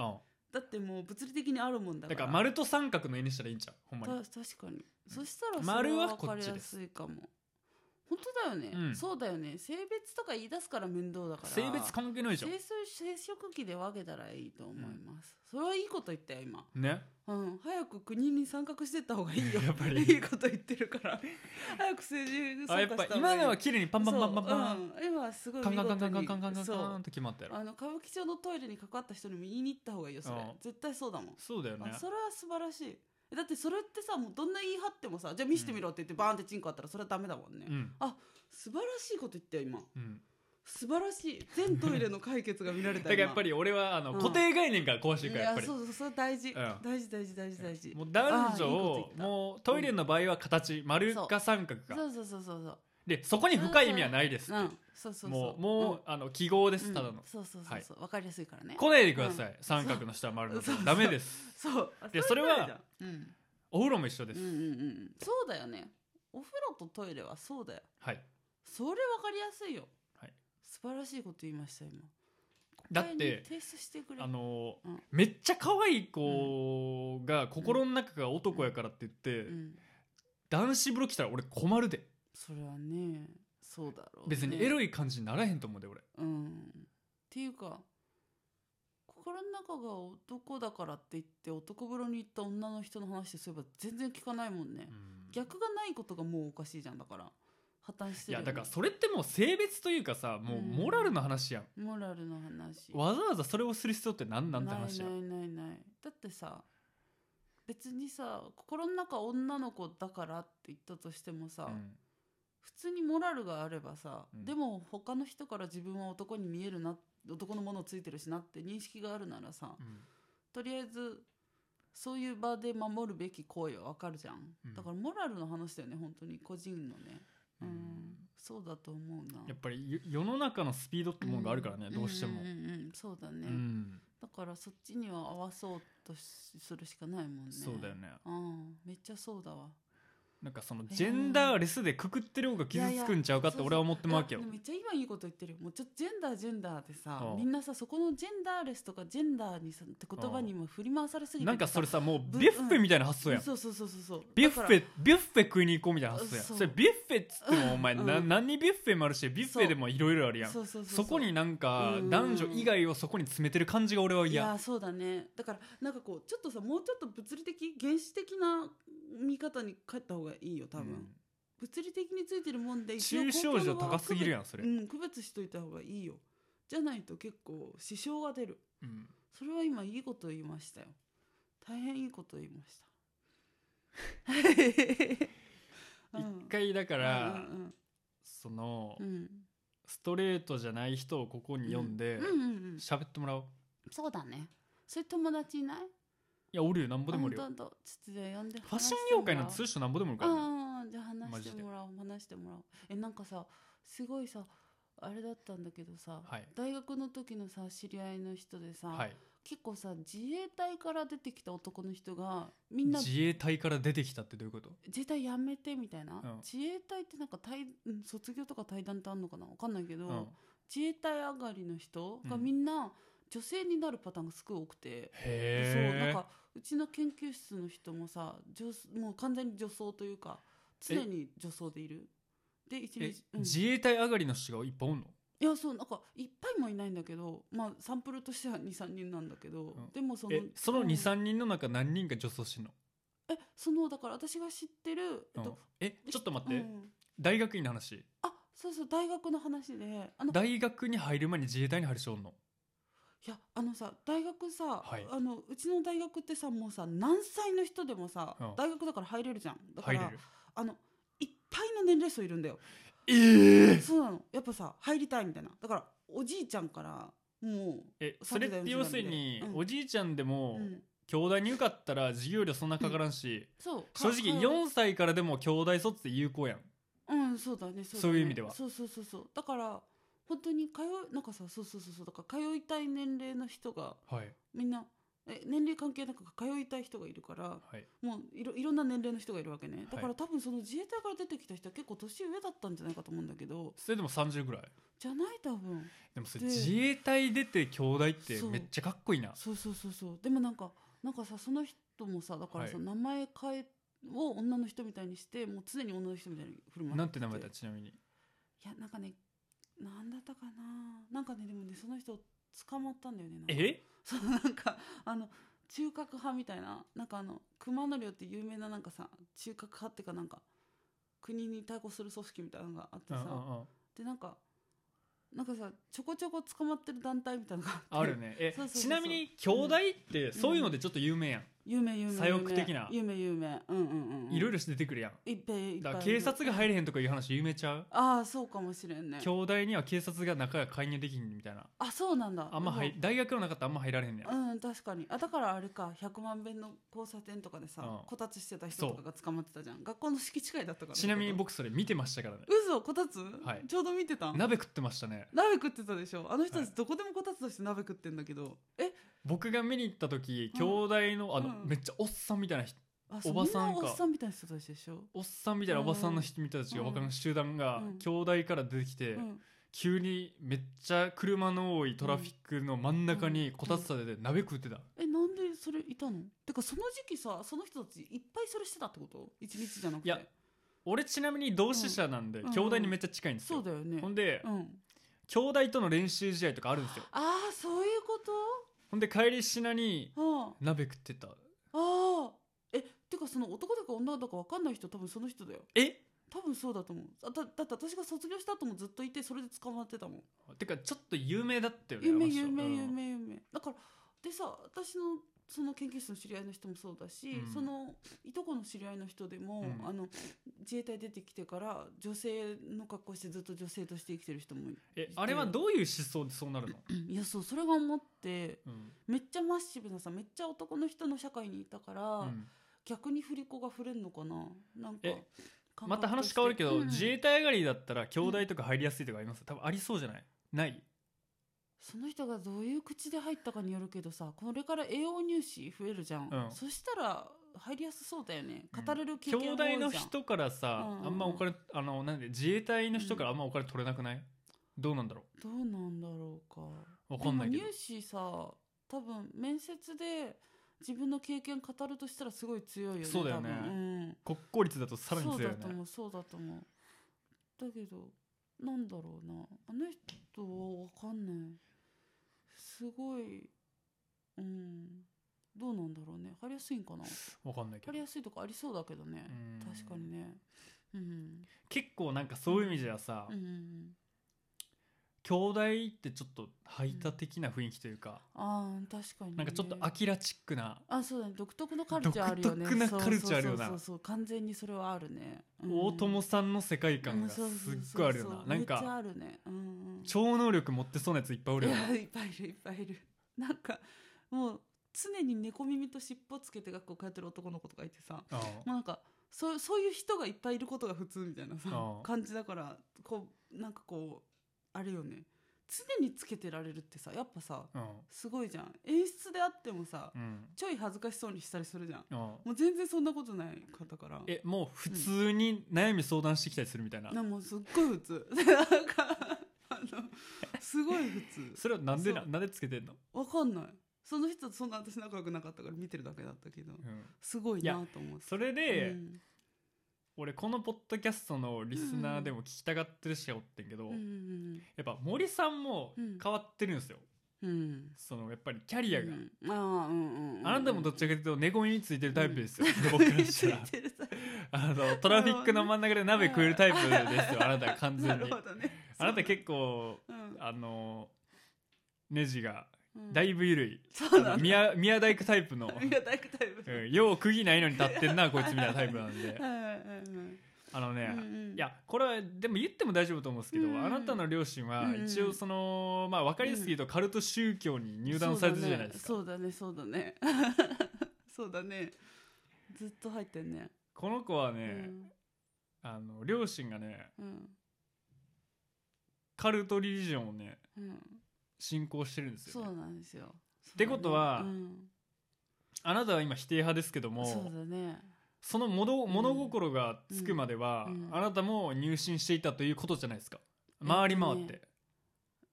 Speaker 2: だってもう物理的にあるもん
Speaker 1: ん
Speaker 2: だ
Speaker 1: だ
Speaker 2: か
Speaker 1: から
Speaker 2: ら
Speaker 1: 丸と三角の絵にしたらいいんちゃうほんまに
Speaker 2: た確かにそしたらそれ
Speaker 1: 丸は
Speaker 2: 分
Speaker 1: こ
Speaker 2: か
Speaker 1: っ
Speaker 2: り
Speaker 1: ち
Speaker 2: や
Speaker 1: です
Speaker 2: すいかも本当だよね、
Speaker 1: うん
Speaker 2: そうだよね性別とか言い出すから面倒だから
Speaker 1: 性別関係ないじゃ
Speaker 2: 生殖生殖器で分けたらいいと思います、それはいいこと言ったよ今、
Speaker 1: んね
Speaker 2: うん、早く国に参画してった方がいい よ
Speaker 1: やっぱり
Speaker 2: いいこと言ってるから 早く政治
Speaker 1: あやっぱ今のは綺麗にパンパンパンパンパン、
Speaker 2: そううん、今はすごい
Speaker 1: カン
Speaker 2: 見
Speaker 1: カン
Speaker 2: 事
Speaker 1: カン
Speaker 2: に
Speaker 1: カンカンカンカンカン
Speaker 2: そ
Speaker 1: カン
Speaker 2: う
Speaker 1: と決まったやろ
Speaker 2: あの歌舞伎町のトイレに関わった人にも言いに行った方がいいよそれ
Speaker 1: うん
Speaker 2: 絶対そうだもん、
Speaker 1: そうだよね
Speaker 2: あそれは素晴らしいえだってそれってさもうどんな言い張ってもさじゃあ見してみろって言ってバーンってチンコあったらそれはダメだもんね、
Speaker 1: うん
Speaker 2: 素晴らしいこと言ったよ今
Speaker 1: うん
Speaker 2: 素晴らしい全トイレの解決が見ら れ
Speaker 1: だ
Speaker 2: た
Speaker 1: からやっぱ
Speaker 2: り
Speaker 1: り俺はあの
Speaker 2: うん
Speaker 1: 固定概念から壊していく
Speaker 2: い
Speaker 1: からやっ
Speaker 2: や
Speaker 1: ぱり
Speaker 2: そうそうそれ大事、
Speaker 1: ん
Speaker 2: 大事大事大事大事
Speaker 1: もう男女
Speaker 2: あーい
Speaker 1: を
Speaker 2: いこと言った
Speaker 1: もうトイレの場合は形丸
Speaker 2: そう
Speaker 1: か三角
Speaker 2: そ
Speaker 1: か
Speaker 2: うそうそうそうそう
Speaker 1: でそこに深い意味はないです
Speaker 2: うんそうそうそう
Speaker 1: もうもうあの記号で
Speaker 2: う
Speaker 1: す
Speaker 2: ん
Speaker 1: ただの
Speaker 2: そうそうそ
Speaker 1: は
Speaker 2: う
Speaker 1: い
Speaker 2: そうわ、かりやすいからね
Speaker 1: 来ないでください三角の下は丸の
Speaker 2: そうそう
Speaker 1: ダメです
Speaker 2: そう
Speaker 1: いや
Speaker 2: あ
Speaker 1: それは
Speaker 2: トイレだうん
Speaker 1: お風呂も一緒で
Speaker 2: う
Speaker 1: す
Speaker 2: んうんうんうんそうだよねお風呂とトイレはそうだよ
Speaker 1: はい
Speaker 2: それわかりやすいよ、
Speaker 1: はい、
Speaker 2: 素晴らしいこと言いました今
Speaker 1: だっ
Speaker 2: 国会に
Speaker 1: て
Speaker 2: 提出してくれ
Speaker 1: あのー
Speaker 2: うん
Speaker 1: めっちゃ可愛い子が心の中が男やからって言
Speaker 2: う
Speaker 1: って
Speaker 2: ん、
Speaker 1: 男子風呂来たら俺困るで
Speaker 2: それはねそうだろう、ね、
Speaker 1: 別にエロい感じにならへんと思うで俺
Speaker 2: うんっていうか心の中が男だからって言って男風呂に行った女の人の話ですれば全然聞かないもんね、
Speaker 1: うん
Speaker 2: 逆がないことがもうおかしいじゃんだから破綻して
Speaker 1: いや
Speaker 2: るよね、
Speaker 1: だからそれってもう性別というかさもうモラルの話やん
Speaker 2: モラルの話
Speaker 1: わざわざそれをする必要って何なんて話や
Speaker 2: なんいないないないだってさ別にさ心の中女の子だからって言ったとしてもさ、
Speaker 1: うん
Speaker 2: 普通にモラルがあればさ、
Speaker 1: うん
Speaker 2: でも他の人から自分は男に見えるな男のものついてるしなって認識があるならさ
Speaker 1: うん
Speaker 2: とりあえずそういう場で守るべき行為はわかるじゃん、
Speaker 1: うん
Speaker 2: だからモラルの話だよね本当に個人のねうん、
Speaker 1: うん
Speaker 2: そうだと思うな
Speaker 1: やっぱりよ世の中のスピードってものがあるからね、
Speaker 2: ん
Speaker 1: どうしても、
Speaker 2: んうんうんそうだね、
Speaker 1: うん
Speaker 2: だからそっちには合わそうとしするしかないもんね
Speaker 1: そうだよね
Speaker 2: うんめっちゃそうだわ
Speaker 1: なんかそのジェンダーレスでくくってる方が傷つくんちゃうかって俺は思ってまうわけよ
Speaker 2: いやでもめっちゃ今いいこと言ってるよもうちょっとジェンダージェンダーでさ
Speaker 1: うん
Speaker 2: みんなさそこのジェンダーレスとかジェンダーにさって言葉にも振り回されすぎてて
Speaker 1: なんかそれ
Speaker 2: さ
Speaker 1: さもう
Speaker 2: ぶ
Speaker 1: ビュッフェみたいな発想やん、
Speaker 2: そうそうそうそうそう
Speaker 1: ビュッフ
Speaker 2: だか
Speaker 1: ェビュッフェ食いに行こうみたいな発想やん
Speaker 2: そ
Speaker 1: そうれビュッフェっつってもお前、
Speaker 2: うん
Speaker 1: な何にビュッフェもあるしビュッフェでもいろいろある
Speaker 2: ら
Speaker 1: やんそ
Speaker 2: そうそうそう
Speaker 1: こになんか
Speaker 2: うん
Speaker 1: 男女以外をそこに詰めてる感じが俺はい嫌
Speaker 2: やそうだねだからなんかこうちょっとさもうちょっと物理的原始的な見方に変えた方がいいよ多分、物理的についてるもんで一応
Speaker 1: 中小女
Speaker 2: 高校の場
Speaker 1: 高
Speaker 2: は
Speaker 1: すぎるやんそれ、
Speaker 2: うん、区別しといた方がいいよじゃないと結構支障が出る
Speaker 1: うん
Speaker 2: それは今いいこと言いましたよ大変いいこと言いましたうん
Speaker 1: 一回だから、
Speaker 2: うん
Speaker 1: その、
Speaker 2: うんうん
Speaker 1: ストレートじゃない人をここに呼んで
Speaker 2: うんうんうん
Speaker 1: 喋、ってもらおう
Speaker 2: そうだねそういう友達いない
Speaker 1: いやおるよなんぼでもおる
Speaker 2: あ
Speaker 1: よ
Speaker 2: ほんとほんとちょっとじゃあ呼んで
Speaker 1: ファッション業界なんて通
Speaker 2: 通
Speaker 1: 称なんぼでもおるから、ね、
Speaker 2: ああじゃあ
Speaker 1: マ
Speaker 2: 話
Speaker 1: ジ
Speaker 2: し
Speaker 1: で
Speaker 2: てもらおう話してもらおうえなんかさすごいさあれだったんだけどさ、
Speaker 1: はい
Speaker 2: 大学の時のさ知り合いの人でさ、
Speaker 1: はい
Speaker 2: 結構さ自衛隊から出てきた男の人がみんな自
Speaker 1: 自衛隊から出てきたってどういうこと
Speaker 2: 衛隊やめてみたいな、
Speaker 1: うん
Speaker 2: 自衛隊ってなんか退うん卒業とか退団ってあんのかなわかんないけど、
Speaker 1: うん
Speaker 2: 自衛隊上がりの人が
Speaker 1: うん
Speaker 2: みんな女性になるパターンがすごい多くて、そうなん
Speaker 1: へ
Speaker 2: かうちの研究室の人もさ女もう完全に女装というか
Speaker 1: え
Speaker 2: 常に女装でいる。で一
Speaker 1: え
Speaker 2: 日、うん、
Speaker 1: 自衛隊上がりの人がいっぱいおんの
Speaker 2: いやそうなんかいっぱいもいないんだけどまあサンプルとしては23人なんだけど、
Speaker 1: うん
Speaker 2: でもその
Speaker 1: えその
Speaker 2: うん
Speaker 1: 23人の中何人が女装してんの、
Speaker 2: えそのだから私が知ってる、え
Speaker 1: う
Speaker 2: っ
Speaker 1: ん
Speaker 2: と
Speaker 1: えちょっと待って、
Speaker 2: うん
Speaker 1: 大学院の話
Speaker 2: あそうそう大学の話であの
Speaker 1: 大学に入る前に自衛隊に入る人おんの
Speaker 2: いやあのさ大学さ、
Speaker 1: はい
Speaker 2: あのうちの大学ってさもうさ何歳の人でもさ、
Speaker 1: うん
Speaker 2: 大学だから入れるじゃんだか
Speaker 1: 入
Speaker 2: ら
Speaker 1: れる
Speaker 2: あのいっぱいの年齢層いるんだよ
Speaker 1: え
Speaker 2: そうなのやっぱさ入りたいみたいなだからおじいちゃんからも
Speaker 1: えそれって要するに、
Speaker 2: うん
Speaker 1: おじいちゃんで
Speaker 2: う、
Speaker 1: も、
Speaker 2: うん、
Speaker 1: 兄弟に受かったら授業料そんなかからんし、
Speaker 2: そう
Speaker 1: 正
Speaker 2: か
Speaker 1: 直
Speaker 2: か
Speaker 1: 4歳からでも兄弟卒って有効やん
Speaker 2: うんそうだねそだね
Speaker 1: そういう意味では
Speaker 2: そうそうそうそうだから本当に通いなんかさそうそうそうそうだから通いたい年齢の人が
Speaker 1: はい
Speaker 2: みんなえ年齢関係なく通いたい人がいるから
Speaker 1: はい
Speaker 2: もういろいろんな年齢の人がいるわけねだか
Speaker 1: は
Speaker 2: ら多分その自衛隊から出てきた人は結構年上だったんじゃないかと思うんだけど
Speaker 1: それでも30ぐらい
Speaker 2: じゃない多分
Speaker 1: でもそれ
Speaker 2: で
Speaker 1: 自衛隊出て兄弟って
Speaker 2: そう
Speaker 1: めっちゃかっこいいな
Speaker 2: そうそうそうそうでもなんかなんかさその人もさだからさ、
Speaker 1: はい
Speaker 2: 名前変えを女の人みたいにしてもう常に女の人みたいに振る舞って
Speaker 1: なんて名前だちなみに
Speaker 2: いやなんかねなんだったかななんかねでもねその人捕まったんだよねなんか
Speaker 1: え
Speaker 2: そうなんかあの中核派みたいななんかあの熊野寮って有名ななんかさ中核派っていうかなんか国に対抗する組織みたいなのがあって
Speaker 1: うんう
Speaker 2: さ、
Speaker 1: んうん
Speaker 2: でなんかなんかさちょこちょこ捕まってる団体みたいなのが あ
Speaker 1: あ
Speaker 2: って
Speaker 1: るねえ
Speaker 2: そうそうそうそう
Speaker 1: ちなみに兄弟ってそういうのでちょっと有名やん、
Speaker 2: 有名有名有名
Speaker 1: 左翼的な
Speaker 2: 有名有名うんうんうん
Speaker 1: いろい
Speaker 2: ろ
Speaker 1: ろ出てくるやん
Speaker 2: いっぱいいっぱ
Speaker 1: だか
Speaker 2: い
Speaker 1: ら
Speaker 2: いる
Speaker 1: 警察が入れへんとかいう話有名ちゃう
Speaker 2: ああそうかもしれんね
Speaker 1: 兄弟には警察が中が介入できんみたいな
Speaker 2: あそうなんだ
Speaker 1: あんま入大学の中ってあんま入られへんねや、
Speaker 2: うん確かにあだからあれか100万遍の交差点とかでさ、
Speaker 1: うん
Speaker 2: こたつしてた人とかが捕まってたじゃん学校の敷地外だったから
Speaker 1: ちなみに僕それ見てましたからね
Speaker 2: 嘘こたつ、
Speaker 1: はい
Speaker 2: ちょうど見てたん
Speaker 1: 鍋食ってましたね
Speaker 2: 鍋食ってたでしょあの人た
Speaker 1: は
Speaker 2: ちどこでもこたつ出して鍋食ってんだけど、え
Speaker 1: 僕が見に行った時
Speaker 2: うん
Speaker 1: 兄弟のあの、
Speaker 2: うん
Speaker 1: めっちゃおっさんみたいな人
Speaker 2: あ
Speaker 1: おばさんか
Speaker 2: そなおっさんみたいな人たちでしょ、
Speaker 1: おっさんみたいなおばさんの人たちが
Speaker 2: うん
Speaker 1: 他の集団が
Speaker 2: うん
Speaker 1: 兄弟から出てきて、
Speaker 2: うん、
Speaker 1: 急にめっちゃ車の多いトラフィックの真ん中に
Speaker 2: うん
Speaker 1: こたつ立てて鍋食ってた、
Speaker 2: えなんでそれいたのてかその時期さその人たちいっぱいそれしてたってこと一日じゃなく
Speaker 1: い
Speaker 2: て
Speaker 1: や俺ちなみに同志社なんで、
Speaker 2: うん
Speaker 1: 兄弟にめっちゃ近いんですよ、
Speaker 2: そうだよね
Speaker 1: ほんで、
Speaker 2: うん、
Speaker 1: 兄弟との練習試合とかあるんですよ
Speaker 2: ああそういうこと
Speaker 1: ほんで帰りしなに
Speaker 2: あ
Speaker 1: 鍋食ってた
Speaker 2: あああえてかその男だか女だか分かんない人多分その人だよ
Speaker 1: え
Speaker 2: 多分そうだと思うあだだって私が卒業した後もずっといてそれで捕まってたもん
Speaker 1: てかちょっと有名だったよね
Speaker 2: 有名
Speaker 1: あの人
Speaker 2: 有名
Speaker 1: うん
Speaker 2: 有名有名だからでさ私のその研究室の知り合いの人もそうだし、
Speaker 1: うん
Speaker 2: そのいとこの知り合いの人でも、
Speaker 1: うん
Speaker 2: あの自衛隊出てきてから女性の格好してずっと女性として生きてる 人もい
Speaker 1: えあれはどういう思想でそうなるの、
Speaker 2: いやそうそれが思って
Speaker 1: うん
Speaker 2: めっちゃマッシブなさめっちゃ男の人の社会にいたから、
Speaker 1: うん
Speaker 2: 逆に振り子が振れんのかななんか
Speaker 1: え
Speaker 2: 感覚
Speaker 1: また
Speaker 2: とし
Speaker 1: 話
Speaker 2: て
Speaker 1: 変わるけど、
Speaker 2: うん
Speaker 1: 自衛隊上がりだったら兄弟とか入りやすいとかあります多分ありそうじゃないない
Speaker 2: その人がどういう口で入ったかによるけどさこれから栄養入試増えるじゃん、
Speaker 1: うん
Speaker 2: そしたら入りやすそうだよね
Speaker 1: うん
Speaker 2: 語れる経
Speaker 1: 兄
Speaker 2: 験
Speaker 1: 弟
Speaker 2: 多いじゃん、
Speaker 1: の人からさ、
Speaker 2: うんうんうん
Speaker 1: あんまお金あのなんで自衛隊の人からあんまお金取れなくない、どうなんだろ
Speaker 2: どうなんだろうか
Speaker 1: うわかんないけど
Speaker 2: でも入試さ多分面接で自分の経験語るとしたらすごい強いよね
Speaker 1: そうだよね
Speaker 2: 多分うん
Speaker 1: 国公立だとさらに強いよ
Speaker 2: そうだと
Speaker 1: ね
Speaker 2: 思うそうだと思うだけどなんだろうなあの人は分かんないすごいうんどうなんだろうね貼りやすいんかな
Speaker 1: わかんないけど
Speaker 2: 貼りやすいとこありそうだけどね
Speaker 1: うん
Speaker 2: 確かにねうん
Speaker 1: 結構なんかそういう意味ではさ、
Speaker 2: うんうんうん
Speaker 1: 兄弟ってちょっと排他的な雰囲気というか、
Speaker 2: ああ確かにね
Speaker 1: なんかちょっとアキラチックな、
Speaker 2: あそうだね独特のカルチャーあるよね
Speaker 1: 独特なカルチャーあるよな
Speaker 2: そうそうそうそう完全にそれはあるね、うん
Speaker 1: 大友さんの世界観
Speaker 2: うん
Speaker 1: がすっ
Speaker 2: そうそうそう
Speaker 1: ごいあるよ
Speaker 2: そう
Speaker 1: ななん
Speaker 2: めっちゃ
Speaker 1: か
Speaker 2: あるねうんうん
Speaker 1: 超能力持ってそうなやついっぱいおる
Speaker 2: い
Speaker 1: よ
Speaker 2: や
Speaker 1: ない
Speaker 2: っぱいいるいっぱいいるなんかもう常に猫耳と尻尾つけて学校通ってる男の子とかいてさもうなんかそうそういう人がいっぱいいることが普通みたいなさ
Speaker 1: ああ
Speaker 2: 感じだからこうなんかこうあれよね常につけてられるってさやっぱさ
Speaker 1: うん
Speaker 2: すごいじゃん演出であってもさ
Speaker 1: うん
Speaker 2: ちょい恥ずかしそうにしたりするじゃん
Speaker 1: うん
Speaker 2: もう全然そんなことない方から
Speaker 1: えもう普通に悩み相談してきたりするみたいな、
Speaker 2: なもうすっごい 普通なんかあのすごい普通
Speaker 1: それはなんでな
Speaker 2: そ
Speaker 1: なんでつけてんの、
Speaker 2: わかんないその人とそんな私仲良くなかったから見てるだけだったけど
Speaker 1: うん
Speaker 2: すごい
Speaker 1: いや
Speaker 2: なと思って
Speaker 1: それで、
Speaker 2: うん
Speaker 1: 俺このポッドキャストのリスナーでも聞きたがってる人がおってんけど、
Speaker 2: うんうん
Speaker 1: やっぱ森さんも変わってるんですよ、
Speaker 2: うんうん
Speaker 1: そのやっぱりキャリアが、
Speaker 2: うんああうんうんうん
Speaker 1: あなたもどっちかというと猫耳についてるタイプですよ、僕
Speaker 2: か
Speaker 1: からした らあのトラフィックの真ん中で鍋食えるタイプですよあなたは完全
Speaker 2: な
Speaker 1: に
Speaker 2: るほどね
Speaker 1: あなた結構
Speaker 2: うん
Speaker 1: あのネジが
Speaker 2: うん
Speaker 1: だいぶ緩い、
Speaker 2: そう
Speaker 1: あ
Speaker 2: な
Speaker 1: の
Speaker 2: の
Speaker 1: 宮宮大工タイプ の、
Speaker 2: いや大工タイプ
Speaker 1: うん、よう釘ないのに立ってんなこいつみたいなタイプなんで
Speaker 2: はいはいはいはい
Speaker 1: あのね、
Speaker 2: うんうん
Speaker 1: いやこれはでも言っても大丈夫と思うんですけど、
Speaker 2: うん
Speaker 1: あなたの両親は
Speaker 2: うんうん
Speaker 1: 一応その、まあ、分かりやすく言うとカルト宗教に入団されてるじゃないですか、
Speaker 2: そうだねそうだね そうだねずっと入ってんね
Speaker 1: この子は
Speaker 2: う
Speaker 1: ね、
Speaker 2: ん
Speaker 1: あの両親がね
Speaker 2: うん
Speaker 1: カルトリリジョンをね
Speaker 2: うん
Speaker 1: 信仰してるんです
Speaker 2: そ
Speaker 1: よ、ね
Speaker 2: う、なんですよって
Speaker 1: ことは
Speaker 2: うん
Speaker 1: あなたは今否定派ですけど
Speaker 2: そう
Speaker 1: も
Speaker 2: だね
Speaker 1: その物物心がつくまでは、
Speaker 2: うんうん
Speaker 1: あなたも入信していたということじゃないですか回り回って、
Speaker 2: えっとね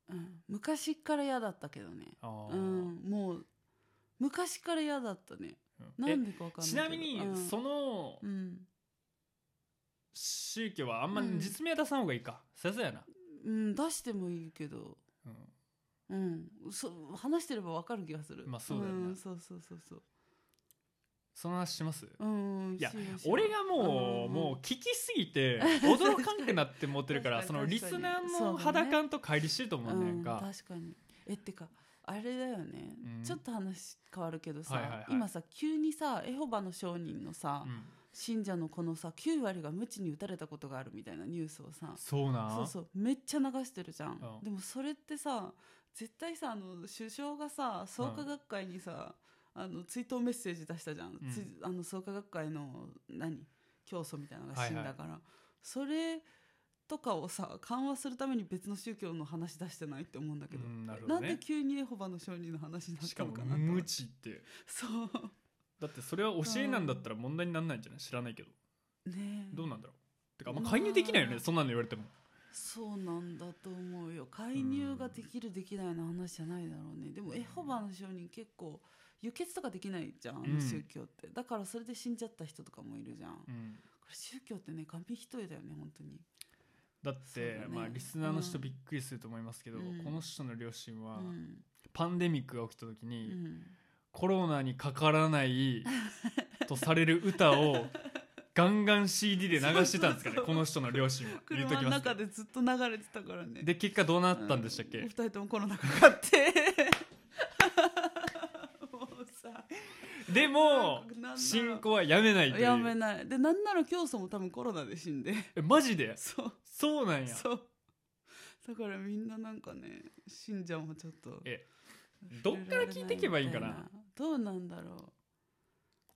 Speaker 2: うん昔から嫌だったけどね
Speaker 1: あー
Speaker 2: うんもう昔から嫌だったね
Speaker 1: うん
Speaker 2: な
Speaker 1: え
Speaker 2: んでかわかんない
Speaker 1: ち
Speaker 2: けど
Speaker 1: なみに、
Speaker 2: うん
Speaker 1: その
Speaker 2: うん
Speaker 1: 宗教はあんま
Speaker 2: うん
Speaker 1: 実名は出さん方がいいか、さすがやな、
Speaker 2: うん、出してもいいけど、
Speaker 1: うん
Speaker 2: うん、そう話してればわかる気がする、
Speaker 1: まあそうだよなん
Speaker 2: そうそうそうそう
Speaker 1: その話します
Speaker 2: うん
Speaker 1: いや
Speaker 2: しようしよう
Speaker 1: 俺がもう、
Speaker 2: うん
Speaker 1: もう聞きすぎて驚かんくなって持ってるからそ
Speaker 2: 確か
Speaker 1: の
Speaker 2: に
Speaker 1: リ
Speaker 2: 確
Speaker 1: ス
Speaker 2: かに
Speaker 1: ナーの肌感と乖離してると思うねん
Speaker 2: うん
Speaker 1: か、
Speaker 2: 確かにえってかあれだよね、
Speaker 1: うん
Speaker 2: ちょっと話変わるけどさ、
Speaker 1: はいはいはい
Speaker 2: 今さ急にさエホバの証人のさ、
Speaker 1: うん
Speaker 2: 信者の子のさ9割が無知に打たれたことがあるみたいなニュースをさ
Speaker 1: そうなん
Speaker 2: そうそうめっちゃ流してるじゃん、
Speaker 1: うん
Speaker 2: でもそれってさ絶対さあの首相がさ創価学会にさ、あの追悼メッセージ出したじゃん、
Speaker 1: うん
Speaker 2: ついあの創価学会の何教祖みたいなのが死んだから、それとかをさ緩和するために別の宗教の話出してないって思うんだけど、
Speaker 1: うんなるほ
Speaker 2: な
Speaker 1: ど
Speaker 2: ん
Speaker 1: ね
Speaker 2: で急にエホバの証人の話になっ
Speaker 1: しか
Speaker 2: たの
Speaker 1: も
Speaker 2: かなと思
Speaker 1: 無
Speaker 2: って
Speaker 1: 知って
Speaker 2: そう
Speaker 1: だってそれは教えなんだったら問題にならないんじゃない知らないけど
Speaker 2: ねえ
Speaker 1: どうなんだろうてかあんま介入できないよね、
Speaker 2: まあ
Speaker 1: そんなの言われても
Speaker 2: そうなんだと思うよ介入ができるできないの話じゃないだろうねでもエホバの証人結構輸血とかできないじゃん、あの
Speaker 1: うん
Speaker 2: 宗教ってだからそれで死んじゃった人とかもいるじゃん、こ
Speaker 1: うん
Speaker 2: れ宗教ってね紙一重だよね本当に
Speaker 1: だっ
Speaker 2: そう
Speaker 1: て
Speaker 2: だね
Speaker 1: まあリスナーの人びっくりすると思いますけど、
Speaker 2: うん
Speaker 1: この人の両親
Speaker 2: う
Speaker 1: は、
Speaker 2: ん、
Speaker 1: パンデミックが起きた時
Speaker 2: う
Speaker 1: に、
Speaker 2: ん、
Speaker 1: コロナにかからないとされる歌を ガンガン CD で流してたんですかね
Speaker 2: そうそうそう
Speaker 1: この人の両親は言っと
Speaker 2: 車
Speaker 1: き
Speaker 2: の
Speaker 1: ますけ
Speaker 2: 中
Speaker 1: ど
Speaker 2: でずっと流れてたからね
Speaker 1: で結果どうなったんでしたっけ、
Speaker 2: うんお二人ともコロナかかって もうさ
Speaker 1: でも
Speaker 2: なんだろう
Speaker 1: 信仰はやめないという
Speaker 2: やめないでなんなら教祖も多分コロナで死んで
Speaker 1: えマジで
Speaker 2: そう
Speaker 1: そうなんや
Speaker 2: そうだからみんななんかね信者もちょっと
Speaker 1: えどっから聞いてけばいいんかな
Speaker 2: 触れられみたいなどうなんだろ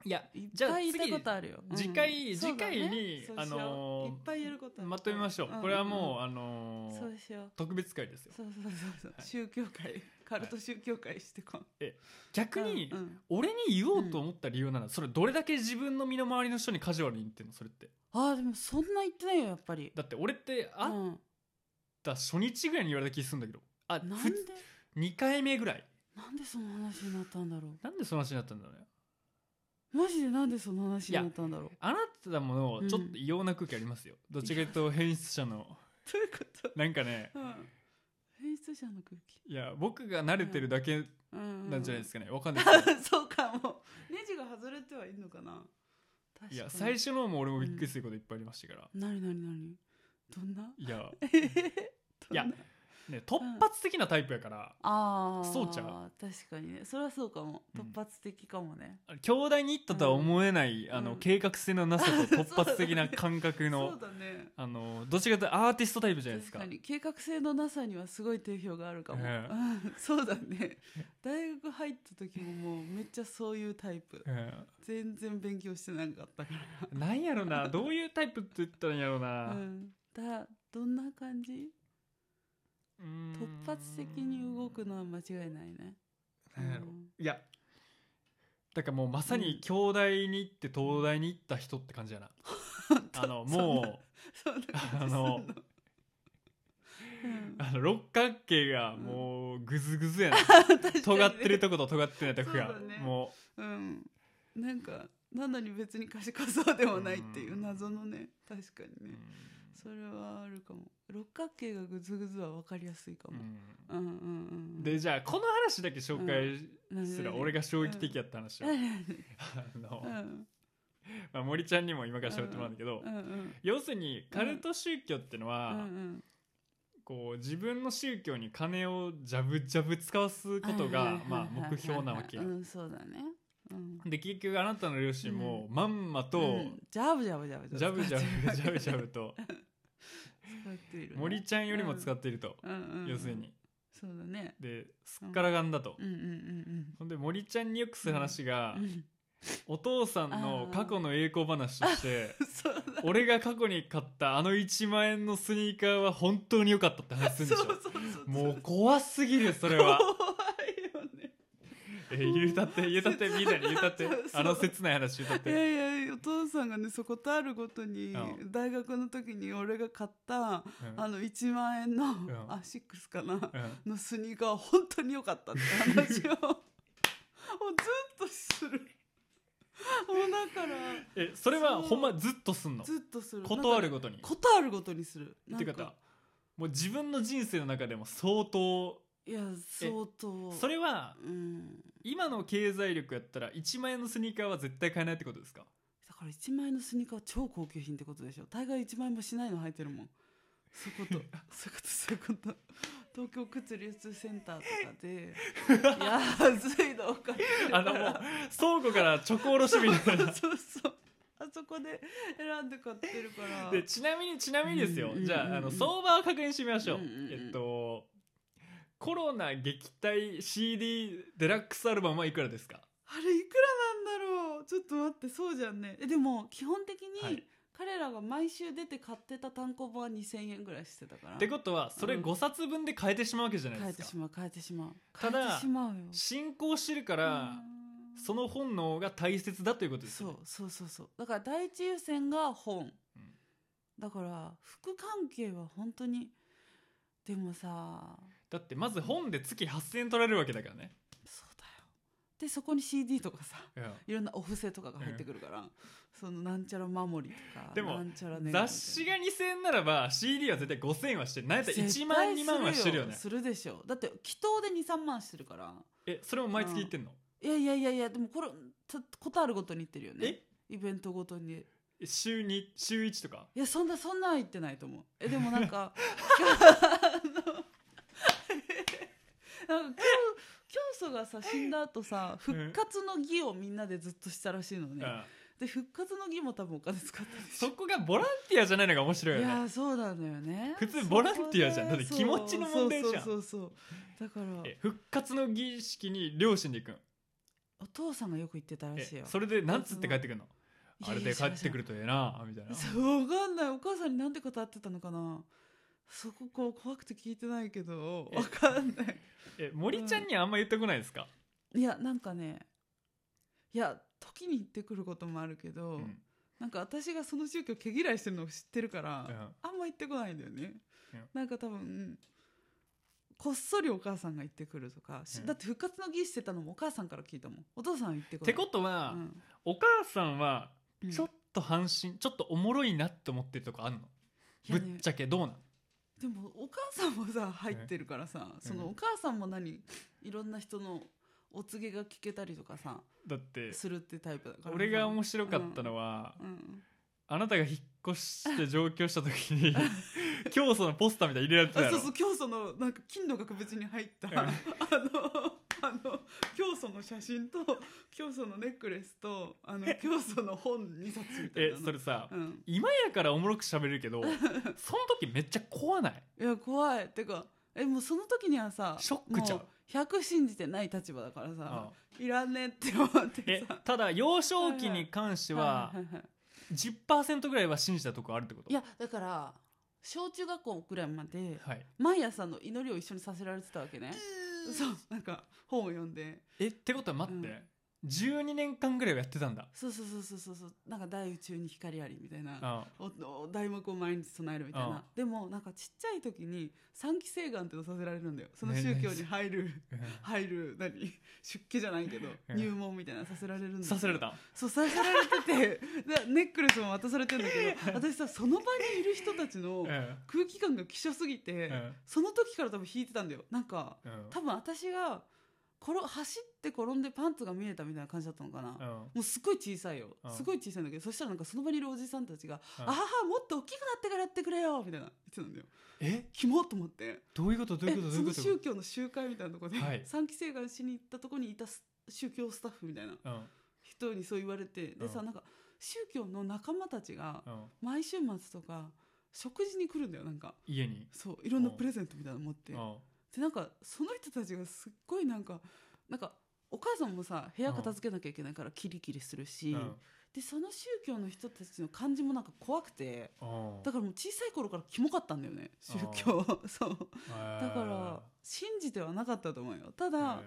Speaker 1: いや
Speaker 2: ういっ
Speaker 1: じゃあ
Speaker 2: ぱい
Speaker 1: 次
Speaker 2: 言いたいことあるようん
Speaker 1: 次回
Speaker 2: そうだね
Speaker 1: 次回に
Speaker 2: そうしよう
Speaker 1: あのー
Speaker 2: いっぱい言えることある
Speaker 1: まとめましょう、
Speaker 2: ん
Speaker 1: これはもう、あの
Speaker 2: うん
Speaker 1: ー
Speaker 2: そうしよう
Speaker 1: 特別会ですよ
Speaker 2: そうそうそうそう、
Speaker 1: はい
Speaker 2: 宗教会カルト宗教会してこん
Speaker 1: 逆に、
Speaker 2: うんうん
Speaker 1: 俺に言おうと思った理由ならそれどれだけ自分の身の回りの人にカジュアルに言ってんのそれって
Speaker 2: あーでもそんな言ってないよやっぱり
Speaker 1: だって俺って
Speaker 2: う
Speaker 1: 会っ
Speaker 2: ん、
Speaker 1: た初日ぐらいに言われた気するんだけどあ
Speaker 2: なんで
Speaker 1: 2回目ぐらい
Speaker 2: なんでその話になったんだろ
Speaker 1: なんでその話になったんだろうね
Speaker 2: うマジでなんでその話になったんだろう
Speaker 1: あなたものちょっと異様な空気ありますよ、どっちかというと変質者の
Speaker 2: どういうこと
Speaker 1: なんかね
Speaker 2: うん変質者の空気
Speaker 1: いや僕が慣れてるだけなんじゃないですすかねわかんないけど
Speaker 2: か そうかもネジが外れてはいいのかな確かに
Speaker 1: いや最初の方も俺もびっくりすることいっぱいありましたから、
Speaker 2: なになになにどんな
Speaker 1: いや、
Speaker 2: い
Speaker 1: いやね、突発的なタイプやから、
Speaker 2: ああ
Speaker 1: そうちゃ
Speaker 2: 確かにねそれはそうかも
Speaker 1: うん
Speaker 2: 突発的かもね、
Speaker 1: 兄弟に行ったとは思えない、
Speaker 2: ん
Speaker 1: あ
Speaker 2: う
Speaker 1: の
Speaker 2: ん
Speaker 1: 計画性のなさと突発的な感覚
Speaker 2: そ
Speaker 1: の
Speaker 2: うだね
Speaker 1: あのどっちかというとアーティストタイプじゃないです
Speaker 2: 確
Speaker 1: か
Speaker 2: かに計画性のなさにはすごい定評があるかも、
Speaker 1: ええ
Speaker 2: うん そうだね大学入った時ももうめっちゃそういうタイプ全然勉強してなかったか
Speaker 1: うん、なんやろ などういうタイプって言ったらいいんやろな
Speaker 2: ら、う、ん、だどんな感じ
Speaker 1: うーん
Speaker 2: 突発的に動くのは間違いないね、
Speaker 1: なんやろ
Speaker 2: うん
Speaker 1: いやだからもうまさ
Speaker 2: うん
Speaker 1: に京大に行って東大に行った人って感 じやな、あのも
Speaker 2: そんな感じすん
Speaker 1: あ
Speaker 2: の
Speaker 1: のうあの六角形がもうグズグ ズやな、
Speaker 2: うん、
Speaker 1: 尖ってる
Speaker 2: と
Speaker 1: とこと尖ってないとこ
Speaker 2: そう
Speaker 1: が
Speaker 2: だね
Speaker 1: も
Speaker 2: うんなんかなのに別に賢そうでもないっていう謎のね確か
Speaker 1: う、
Speaker 2: に
Speaker 1: う
Speaker 2: ね
Speaker 1: ん
Speaker 2: それはあるかも六角形がグズグズは分かりやすいかも、うん、うんうんうん
Speaker 1: でじゃあこの話だけ紹介すら俺
Speaker 2: が
Speaker 1: が衝撃的やった話を、あの
Speaker 2: うん
Speaker 1: まあ、森ちゃんにも今から喋ってもらうんだけど、
Speaker 2: うんうん
Speaker 1: 要するにカルト宗教ってのは、
Speaker 2: うん
Speaker 1: こう自分の宗教に金をジャブジャブ使わすこと
Speaker 2: はい
Speaker 1: が
Speaker 2: はいはいはい
Speaker 1: まあ目標なわけや
Speaker 2: う。んそうだねうん
Speaker 1: で結局あなたの両親もまんまと
Speaker 2: うんジャブジャブジャブ
Speaker 1: ジャブジャブジャブ ジャ
Speaker 2: ブ
Speaker 1: ブと
Speaker 2: 使っているね
Speaker 1: 森ちゃんよりも使っていると
Speaker 2: うんうんうん
Speaker 1: 要するに
Speaker 2: そうだね
Speaker 1: ですっからがんだと
Speaker 2: うんうんうん
Speaker 1: ほんで森ちゃんによくする話が
Speaker 2: うんうん
Speaker 1: お父さんの過去の栄光話として
Speaker 2: そうだ
Speaker 1: 俺が過去に買ったあの1万円のスニーカーは本当に良かったって話するんでし
Speaker 2: そうそうそうそう
Speaker 1: ょもう怖すぎるそれ は
Speaker 2: 怖いよね
Speaker 1: え言うたって言うたってみたいに言うたって
Speaker 2: そう
Speaker 1: あの切ない話言うたっ
Speaker 2: い
Speaker 1: て
Speaker 2: やいやお父さんがねそことあるごとに
Speaker 1: う
Speaker 2: 大学の時に俺が買った
Speaker 1: うん
Speaker 2: あの1万円の
Speaker 1: ん
Speaker 2: あシックスかな
Speaker 1: うん
Speaker 2: のスニー カーは本当に良かったって話ををずっとするもうだから
Speaker 1: えそれは
Speaker 2: そう
Speaker 1: ほんまずっとすんの
Speaker 2: ずっとする
Speaker 1: 断る
Speaker 2: こ
Speaker 1: ごとにっ
Speaker 2: 断るごとにするなん
Speaker 1: ていう方もう自分の人生の中でも相当
Speaker 2: いや相当
Speaker 1: それは
Speaker 2: うん
Speaker 1: 今の経済力やったら1万円のスニーカーは絶対買えないってことですか
Speaker 2: だから1万円のスニーカーは超高級品ってことでしょ大概1万円もしないの履いてるもんそういうこと そういうことそういうこと東京靴流通センターとか で安いの分かってる
Speaker 1: あの
Speaker 2: か
Speaker 1: もう
Speaker 2: ら
Speaker 1: 倉庫からチョコおろしみたいな
Speaker 2: そうそうあそこで選んで買ってるから
Speaker 1: でちなみにちなみにですよ、
Speaker 2: うんうんうんうん
Speaker 1: じゃああの相場を確認してみましょう、
Speaker 2: うんうんうん
Speaker 1: えっとコロナ撃退 CD デラックスアルバムはいくらですか
Speaker 2: あれいくらなんだろうちょっと待ってそうじゃんねえでも基本的
Speaker 1: は
Speaker 2: に
Speaker 1: い
Speaker 2: 彼らが毎週出て買ってた単行本は2000円ぐらいしてたから
Speaker 1: ってことはそれ
Speaker 2: うん
Speaker 1: 5冊分で買えてしまうわけじゃない
Speaker 2: 変
Speaker 1: で
Speaker 2: え
Speaker 1: す
Speaker 2: て
Speaker 1: か
Speaker 2: しまう変えてしまう
Speaker 1: ただ
Speaker 2: 変えてしまうよ
Speaker 1: 進行してるから
Speaker 2: うん
Speaker 1: その本能が大切だということです
Speaker 2: そ
Speaker 1: よ
Speaker 2: う
Speaker 1: ね
Speaker 2: そうそうそうだから第一優先が本、
Speaker 1: ん
Speaker 2: だから服関係は本当にでもさ
Speaker 1: だってまず本で月8000円取られるわけだからね、
Speaker 2: そうだよでそこに CD とかさ
Speaker 1: うん
Speaker 2: いろんなお布施とかが入ってくるから、そのなんちゃら守りとか
Speaker 1: でも
Speaker 2: なんちゃらね
Speaker 1: 雑誌が2000円ならば CD は絶対5000円はしてる何やったら
Speaker 2: 絶
Speaker 1: 1
Speaker 2: 対
Speaker 1: 万2万はしてるよね
Speaker 2: するでしょだって祈祷で23万してるから
Speaker 1: えそれも毎月言ってんの、
Speaker 2: いやいやいやいやでもこれたことあるごとに言ってるよね
Speaker 1: え
Speaker 2: イベントごとに
Speaker 1: 週2週1とか
Speaker 2: いやそんなそんなん言ってないと思うえでもな んか あのなんか教祖がさ死んだ後さ復活の儀をみんなでずっとしたらしいのね、
Speaker 1: うん
Speaker 2: で復活の儀も多分お金使ったでし
Speaker 1: そこがボランティアじゃないのが面
Speaker 2: ょ
Speaker 1: 白い
Speaker 2: い
Speaker 1: よね
Speaker 2: やそうなのよね
Speaker 1: 普通ボランティアじゃん
Speaker 2: そこで
Speaker 1: だって気持ちの問題じゃん
Speaker 2: そうそうそうそうだから
Speaker 1: え復活の儀式に両親で行くん
Speaker 2: お父さんがよく言ってたら
Speaker 1: え
Speaker 2: しいよ
Speaker 1: それで何つって帰ってくるの
Speaker 2: い
Speaker 1: あ
Speaker 2: や
Speaker 1: れ
Speaker 2: いや
Speaker 1: で帰ってく
Speaker 2: 知ら
Speaker 1: るとええなみたいな
Speaker 2: ないそうわかんないお母さんになんて語ってたのかなそここう怖くて聞いてないけど
Speaker 1: え
Speaker 2: わかんない
Speaker 1: え森ちゃんにあんま言ってこないですか、
Speaker 2: いやなんかねいや時に行ってくることもあるけど、
Speaker 1: うん
Speaker 2: なんか私がその宗教毛嫌いしてるのを知ってるから、
Speaker 1: うん
Speaker 2: あんま行ってこないんだよね、
Speaker 1: うん
Speaker 2: なんか多分こっそりお母さんが行ってくるとか、し
Speaker 1: うん
Speaker 2: だって復活の儀式してたのもお母さんから聞いたもんお父さんは行ってこ
Speaker 1: っ
Speaker 2: な
Speaker 1: て
Speaker 2: い
Speaker 1: ことは、
Speaker 2: うん
Speaker 1: お母さんは
Speaker 2: うん
Speaker 1: ちょっと半身、ちょっとおもろいなって思ってるとこあんの、
Speaker 2: いやね
Speaker 1: ぶっちゃけどうなん
Speaker 2: でもお母さんもさ入ってるからさ、そのお母さんも何いろんな人のお告げが聞けたりとかさ
Speaker 1: だって
Speaker 2: するってタイプだから
Speaker 1: 俺が面白かったのは、
Speaker 2: うん
Speaker 1: あなたが引っ越して上京した時 に教祖のポスターみたいに入れられてた
Speaker 2: あ
Speaker 1: や
Speaker 2: そ
Speaker 1: ろ
Speaker 2: うそう教祖のなんか金の額縁に入った、
Speaker 1: うん
Speaker 2: あのあの教祖の写真と教祖のネックレスとあの教祖の本2冊みた い
Speaker 1: え
Speaker 2: なの
Speaker 1: それさ、
Speaker 2: うん、
Speaker 1: 今やからおもろく喋るけ どその時めっちゃ怖ない
Speaker 2: いや怖いてかえもうその時にはさ
Speaker 1: ショックちゃう
Speaker 2: も100信じてない立場だから
Speaker 1: あ
Speaker 2: さ
Speaker 1: あ
Speaker 2: いらんねって思って
Speaker 1: え
Speaker 2: さ
Speaker 1: ただ幼少期に関してはい
Speaker 2: いい
Speaker 1: 10%ぐらいは信じたとこあるってこと
Speaker 2: いやだから小中学校ぐらいまで
Speaker 1: はい
Speaker 2: 毎朝の祈りを一緒にさせられてたわけねそうなんか本を読んで
Speaker 1: えってことは待って、
Speaker 2: う
Speaker 1: 12年間ぐらいはやってたんだ
Speaker 2: そうそうそうそうそうそうなんか大宇宙に光ありみたいな
Speaker 1: あ
Speaker 2: おお題目を毎日唱えるみたいな、
Speaker 1: うん
Speaker 2: でもなんかちっちゃい時に三期生願ってのさせられるんだよその宗教に入る、 入る何出家じゃないけど
Speaker 1: うん
Speaker 2: 入門みたいなのさせられるんだよ
Speaker 1: させられた
Speaker 2: そうさせられててでネックレスも渡されてんだけど私さその場にいる人たち
Speaker 1: う
Speaker 2: の
Speaker 1: ん
Speaker 2: 空気感が希少すぎて、
Speaker 1: うん
Speaker 2: その時から多分引いてたんだよなんか
Speaker 1: うん
Speaker 2: 多分私が転走って転んでパンツが見えたみたいな感じだったのかな、
Speaker 1: うんうん
Speaker 2: もうすごい小さいよ、
Speaker 1: うん
Speaker 2: すごい小さいんだけどそしたらなんかその場にいるおじさんたちが「
Speaker 1: うん
Speaker 2: ああもっと大きくなってからやってくれよ」みたいな言ってたんだよ
Speaker 1: え
Speaker 2: キモっと思って
Speaker 1: どういうことどういうことど
Speaker 2: え
Speaker 1: う
Speaker 2: そ
Speaker 1: いう
Speaker 2: の
Speaker 1: こと
Speaker 2: 宗教の集会みたいなとこで、
Speaker 1: はい
Speaker 2: 三期生がしに行ったとこにいたす宗教スタッフみたいな
Speaker 1: うん
Speaker 2: 人にそう言われてでさ、
Speaker 1: うん
Speaker 2: なんか宗教の仲間たちが
Speaker 1: うん
Speaker 2: 毎週末とか食事に来るんだよなんか
Speaker 1: 家に
Speaker 2: そういろんなプレゼントみたいなの持って、
Speaker 1: うん
Speaker 2: でなんかその人たちがすっごいなんかなんかお母さんもさ部屋片付けなきゃいけないからキリキリするし、
Speaker 1: うん
Speaker 2: でその宗教の人たちの感じもなんか怖くて
Speaker 1: うん
Speaker 2: だからもう小さい頃からキモかったんだよね宗教 そうだから信じてはなかったと思うよた
Speaker 1: へー
Speaker 2: だ
Speaker 1: へ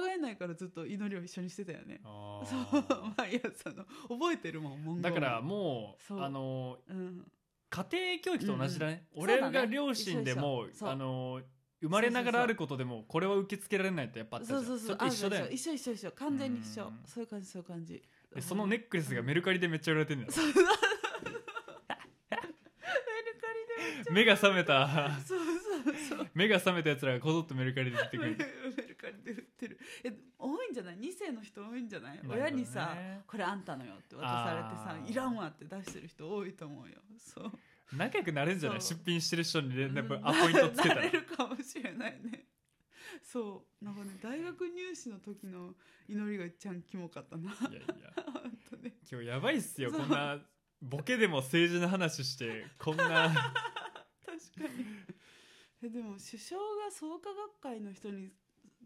Speaker 2: 抗えないからずっと祈りを一緒にしてたよね
Speaker 1: ーあ
Speaker 2: そう
Speaker 1: ー
Speaker 2: 毎朝の覚えてるもん文言
Speaker 1: だからもう
Speaker 2: そう
Speaker 1: あの
Speaker 2: うん
Speaker 1: 家庭教育と同じだね、
Speaker 2: うんうん
Speaker 1: 俺
Speaker 2: そうだ
Speaker 1: が
Speaker 2: ね
Speaker 1: 両親でも、
Speaker 2: 一緒一緒そう
Speaker 1: あの生まれながらあることでもこれは受け付けられないってやっぱあったじ
Speaker 2: そ
Speaker 1: ゃ
Speaker 2: うんそうそ
Speaker 1: れ
Speaker 2: う
Speaker 1: と一緒だよ
Speaker 2: あ
Speaker 1: ね
Speaker 2: 一緒一緒一緒完全に一緒
Speaker 1: うん
Speaker 2: そういう感じそういう感じ
Speaker 1: でそのネックレスがメルカリでめっちゃ売られてんのよ
Speaker 2: そうメルカリでめっちゃ
Speaker 1: 目が覚めた
Speaker 2: そうそうそう
Speaker 1: 目が覚めたやつらがこぞっとメルカリで出てく
Speaker 2: メ
Speaker 1: る
Speaker 2: ルカリで売ってるえ多いんじゃない2世の人多いんじゃない
Speaker 1: なるほどね
Speaker 2: 親にさ、これあんたのよって渡されてさ
Speaker 1: あー
Speaker 2: いらんわって出してる人多いと思うよそう
Speaker 1: 仲良くなれるんじゃない
Speaker 2: そう
Speaker 1: 出品してる人に連絡
Speaker 2: うん
Speaker 1: アポイントつけた
Speaker 2: な
Speaker 1: ら
Speaker 2: れるかもしれないねそうなんかね大学入試の時の祈りがいっちゃんキモかったな
Speaker 1: いやいや
Speaker 2: 本当ね
Speaker 1: 今日やばいっすよ
Speaker 2: そう
Speaker 1: こんなボケでも政治の話してこんな
Speaker 2: 確かにえでも首相が創価学会の人に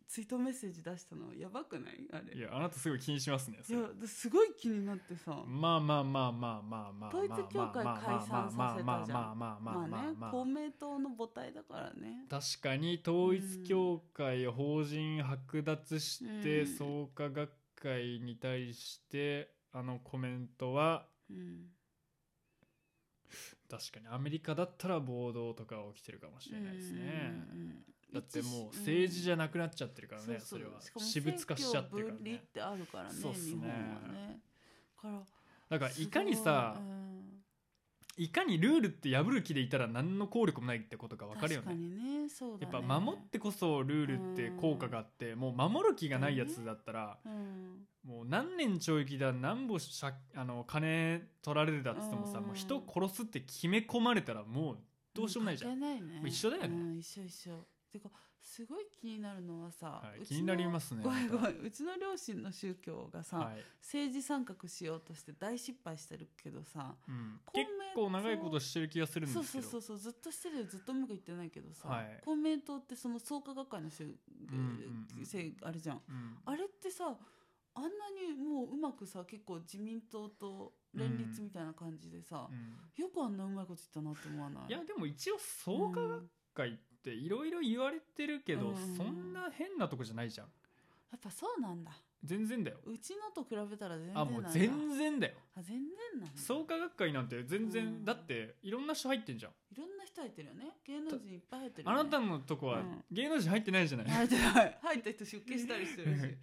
Speaker 2: 追悼メッセージ出したのやばくないあれ
Speaker 1: いやあなたすごい気にしますね
Speaker 2: い
Speaker 1: それ
Speaker 2: やですごい気になってさ
Speaker 1: まあまあまあまあまあまあ
Speaker 2: 統一教会解散させたじゃん
Speaker 1: まあまあまあ
Speaker 2: ま
Speaker 1: ま
Speaker 2: あ
Speaker 1: あまあまあまあまあまあまあまあまあまあまあまあ
Speaker 2: ね
Speaker 1: まあ
Speaker 2: 公明党の母体だからね
Speaker 1: 確かに統一教会を法人剥奪し
Speaker 2: うん
Speaker 1: て創価学会に対してあのコメントは
Speaker 2: うん
Speaker 1: 確かにアメリカだったら暴動とか起きてるかもしれないですね
Speaker 2: うんうんうん
Speaker 1: だってもう政治じゃなくなっちゃってるからね
Speaker 2: そ
Speaker 1: そうれ
Speaker 2: そう
Speaker 1: は
Speaker 2: しかも
Speaker 1: 私物化しちゃってるから
Speaker 2: 政教分離
Speaker 1: ね
Speaker 2: ってあるからね
Speaker 1: そうっすね
Speaker 2: 日本はねから
Speaker 1: だからいかにさ
Speaker 2: すごいうん
Speaker 1: いかにルールって破る気でいたら何の効力もないってことが分かるよ
Speaker 2: 確か
Speaker 1: ね
Speaker 2: にねそうだ
Speaker 1: やっ
Speaker 2: ね
Speaker 1: ぱ守ってこそルールって効果があってもう守る気がないやつだったら
Speaker 2: うん
Speaker 1: もう何年懲役だ何ぼしゃあの金取られるだっつってもさ
Speaker 2: うん
Speaker 1: もう人殺すって決め込まれたらもうどうしようもないじゃん
Speaker 2: 関係ないね
Speaker 1: もう一緒だよね
Speaker 2: うん一緒一緒てかすごい気になるのはさ
Speaker 1: はいう
Speaker 2: ちの
Speaker 1: 気になりますね
Speaker 2: ごめんご
Speaker 1: ま
Speaker 2: めんうちの両親の宗教が
Speaker 1: た
Speaker 2: さ、
Speaker 1: はい
Speaker 2: 政治参画しようとして大失敗してるけどさ
Speaker 1: うん
Speaker 2: 公明
Speaker 1: 結
Speaker 2: 党
Speaker 1: 構長いことしてる気がするん
Speaker 2: そう
Speaker 1: です
Speaker 2: そ
Speaker 1: け
Speaker 2: うそ
Speaker 1: ど
Speaker 2: うそうずっとしてるよずっとうまくいってないけどさ、
Speaker 1: はい
Speaker 2: 公明党ってその創価学会の宗、
Speaker 1: んうんうん
Speaker 2: せいあれじゃん
Speaker 1: うん
Speaker 2: あれってさあんなにもううまくさ結構自民党と連立みたいな感じでさ
Speaker 1: う、ん
Speaker 2: よくあんなうまいこと言ったなって思わない
Speaker 1: いやでも一応創価
Speaker 2: うん
Speaker 1: 学会っていろいろ言われてるけ
Speaker 2: う
Speaker 1: ど
Speaker 2: ん
Speaker 1: そんな変なとこじゃないじゃん
Speaker 2: やっぱそうなんだ
Speaker 1: 全然だよ
Speaker 2: うちのと比べたら全然な
Speaker 1: あ
Speaker 2: んだ
Speaker 1: もう全然だよ
Speaker 2: あ全然なんだ
Speaker 1: 創価学会なんて全
Speaker 2: う
Speaker 1: 然
Speaker 2: ん
Speaker 1: だっていろんな人入ってんじゃん
Speaker 2: いろんな人入ってるよね芸能人いっぱい入ってるよ、ね、
Speaker 1: あなたのとこ
Speaker 2: う
Speaker 1: は
Speaker 2: ん
Speaker 1: 芸能人入ってないじゃない
Speaker 2: 入ってない入った人出家したり してるし結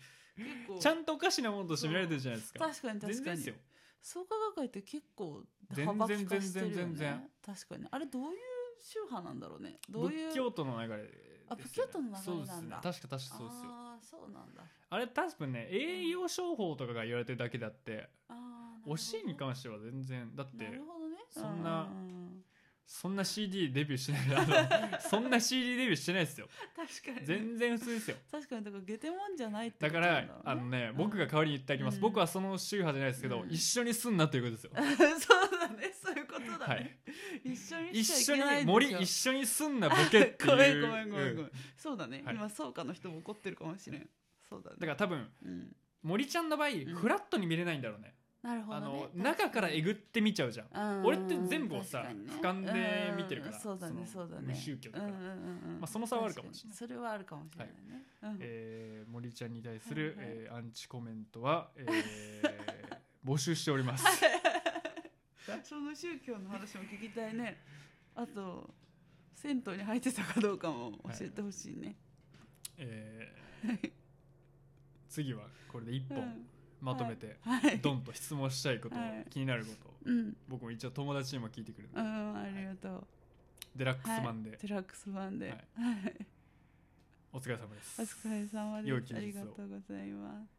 Speaker 2: 構
Speaker 1: ちゃんとおかしなものとして見られてるじゃないですか
Speaker 2: 確かに確かに
Speaker 1: 全然ですよ
Speaker 2: 創価学会って結構幅利かしてるよ
Speaker 1: 全然全然
Speaker 2: ね
Speaker 1: 全然
Speaker 2: 確かにあれどういう宗派なんだろうねどういう
Speaker 1: 仏教徒の流れ
Speaker 2: あ
Speaker 1: です
Speaker 2: 仏教徒の流れなんだ
Speaker 1: そうですね確か確かそうですよ
Speaker 2: ああそうなんだ
Speaker 1: あれ多分ね栄養商法とかが言われてるだけであって
Speaker 2: あー
Speaker 1: おしいに
Speaker 2: な
Speaker 1: 関しては全然だって
Speaker 2: るほどね
Speaker 1: そんな
Speaker 2: ううん
Speaker 1: そんな CD デビューして ないあのそんな CD デビューしてないですよ
Speaker 2: 確かに
Speaker 1: 全然普通ですよ
Speaker 2: 確かにだからゲテモンじゃないって
Speaker 1: だ
Speaker 2: こと
Speaker 1: か
Speaker 2: な
Speaker 1: ら
Speaker 2: んだろうね
Speaker 1: あのね
Speaker 2: うん
Speaker 1: 僕が代わりに言ってあげます、
Speaker 2: うん
Speaker 1: 僕はその宗派じゃないですけど、
Speaker 2: うん
Speaker 1: 一緒にすんなということですよ
Speaker 2: そうだねそういうことだね、
Speaker 1: はい
Speaker 2: 一緒に
Speaker 1: 一
Speaker 2: しち
Speaker 1: 緒
Speaker 2: ゃいけない
Speaker 1: に
Speaker 2: んでしょ
Speaker 1: 森一緒にすんなボケっていう
Speaker 2: ごめんごめんごめんご
Speaker 1: う
Speaker 2: めん、
Speaker 1: ん
Speaker 2: そうだね、
Speaker 1: はい
Speaker 2: 今そうかの人も怒ってるかもしれんそうだね
Speaker 1: だから多分
Speaker 2: うん、
Speaker 1: 森ちゃんの場合、
Speaker 2: ん
Speaker 1: フラットに見れないんだろうね
Speaker 2: なるほ
Speaker 1: あ
Speaker 2: ど、ね
Speaker 1: の、中からえぐって見ちゃうじゃん
Speaker 2: うん
Speaker 1: 俺って全部をさ
Speaker 2: 確かに
Speaker 1: 俯
Speaker 2: ね
Speaker 1: 瞰で見てるから
Speaker 2: うんそうだね
Speaker 1: そ
Speaker 2: そ
Speaker 1: の
Speaker 2: うだね
Speaker 1: 無宗教だから
Speaker 2: うんうんうんうん
Speaker 1: まあその差はあるかもしれない
Speaker 2: 確かにそれはあるかもしれないね、うん
Speaker 1: えー、森ちゃんに対する、
Speaker 2: はいはい
Speaker 1: えーアンチコメントは、え ー募集しております。
Speaker 2: その宗教の話も聞きたいねあと銭湯に入ってたかどうかも教えてほしいね、
Speaker 1: えー次はこれで1
Speaker 2: う
Speaker 1: 本
Speaker 2: ん
Speaker 1: まとめて、
Speaker 2: はい
Speaker 1: ドンと質問したいこと、
Speaker 2: はい
Speaker 1: 気になること
Speaker 2: うん
Speaker 1: 僕も一応友達にも聞いてくるんで、
Speaker 2: うんありがとう、
Speaker 1: デラックスマンで、
Speaker 2: デラックス版で、
Speaker 1: はいお疲れ様です。
Speaker 2: お疲れ様
Speaker 1: 良
Speaker 2: で
Speaker 1: い
Speaker 2: す
Speaker 1: 休
Speaker 2: あ
Speaker 1: 日を
Speaker 2: りがとうございます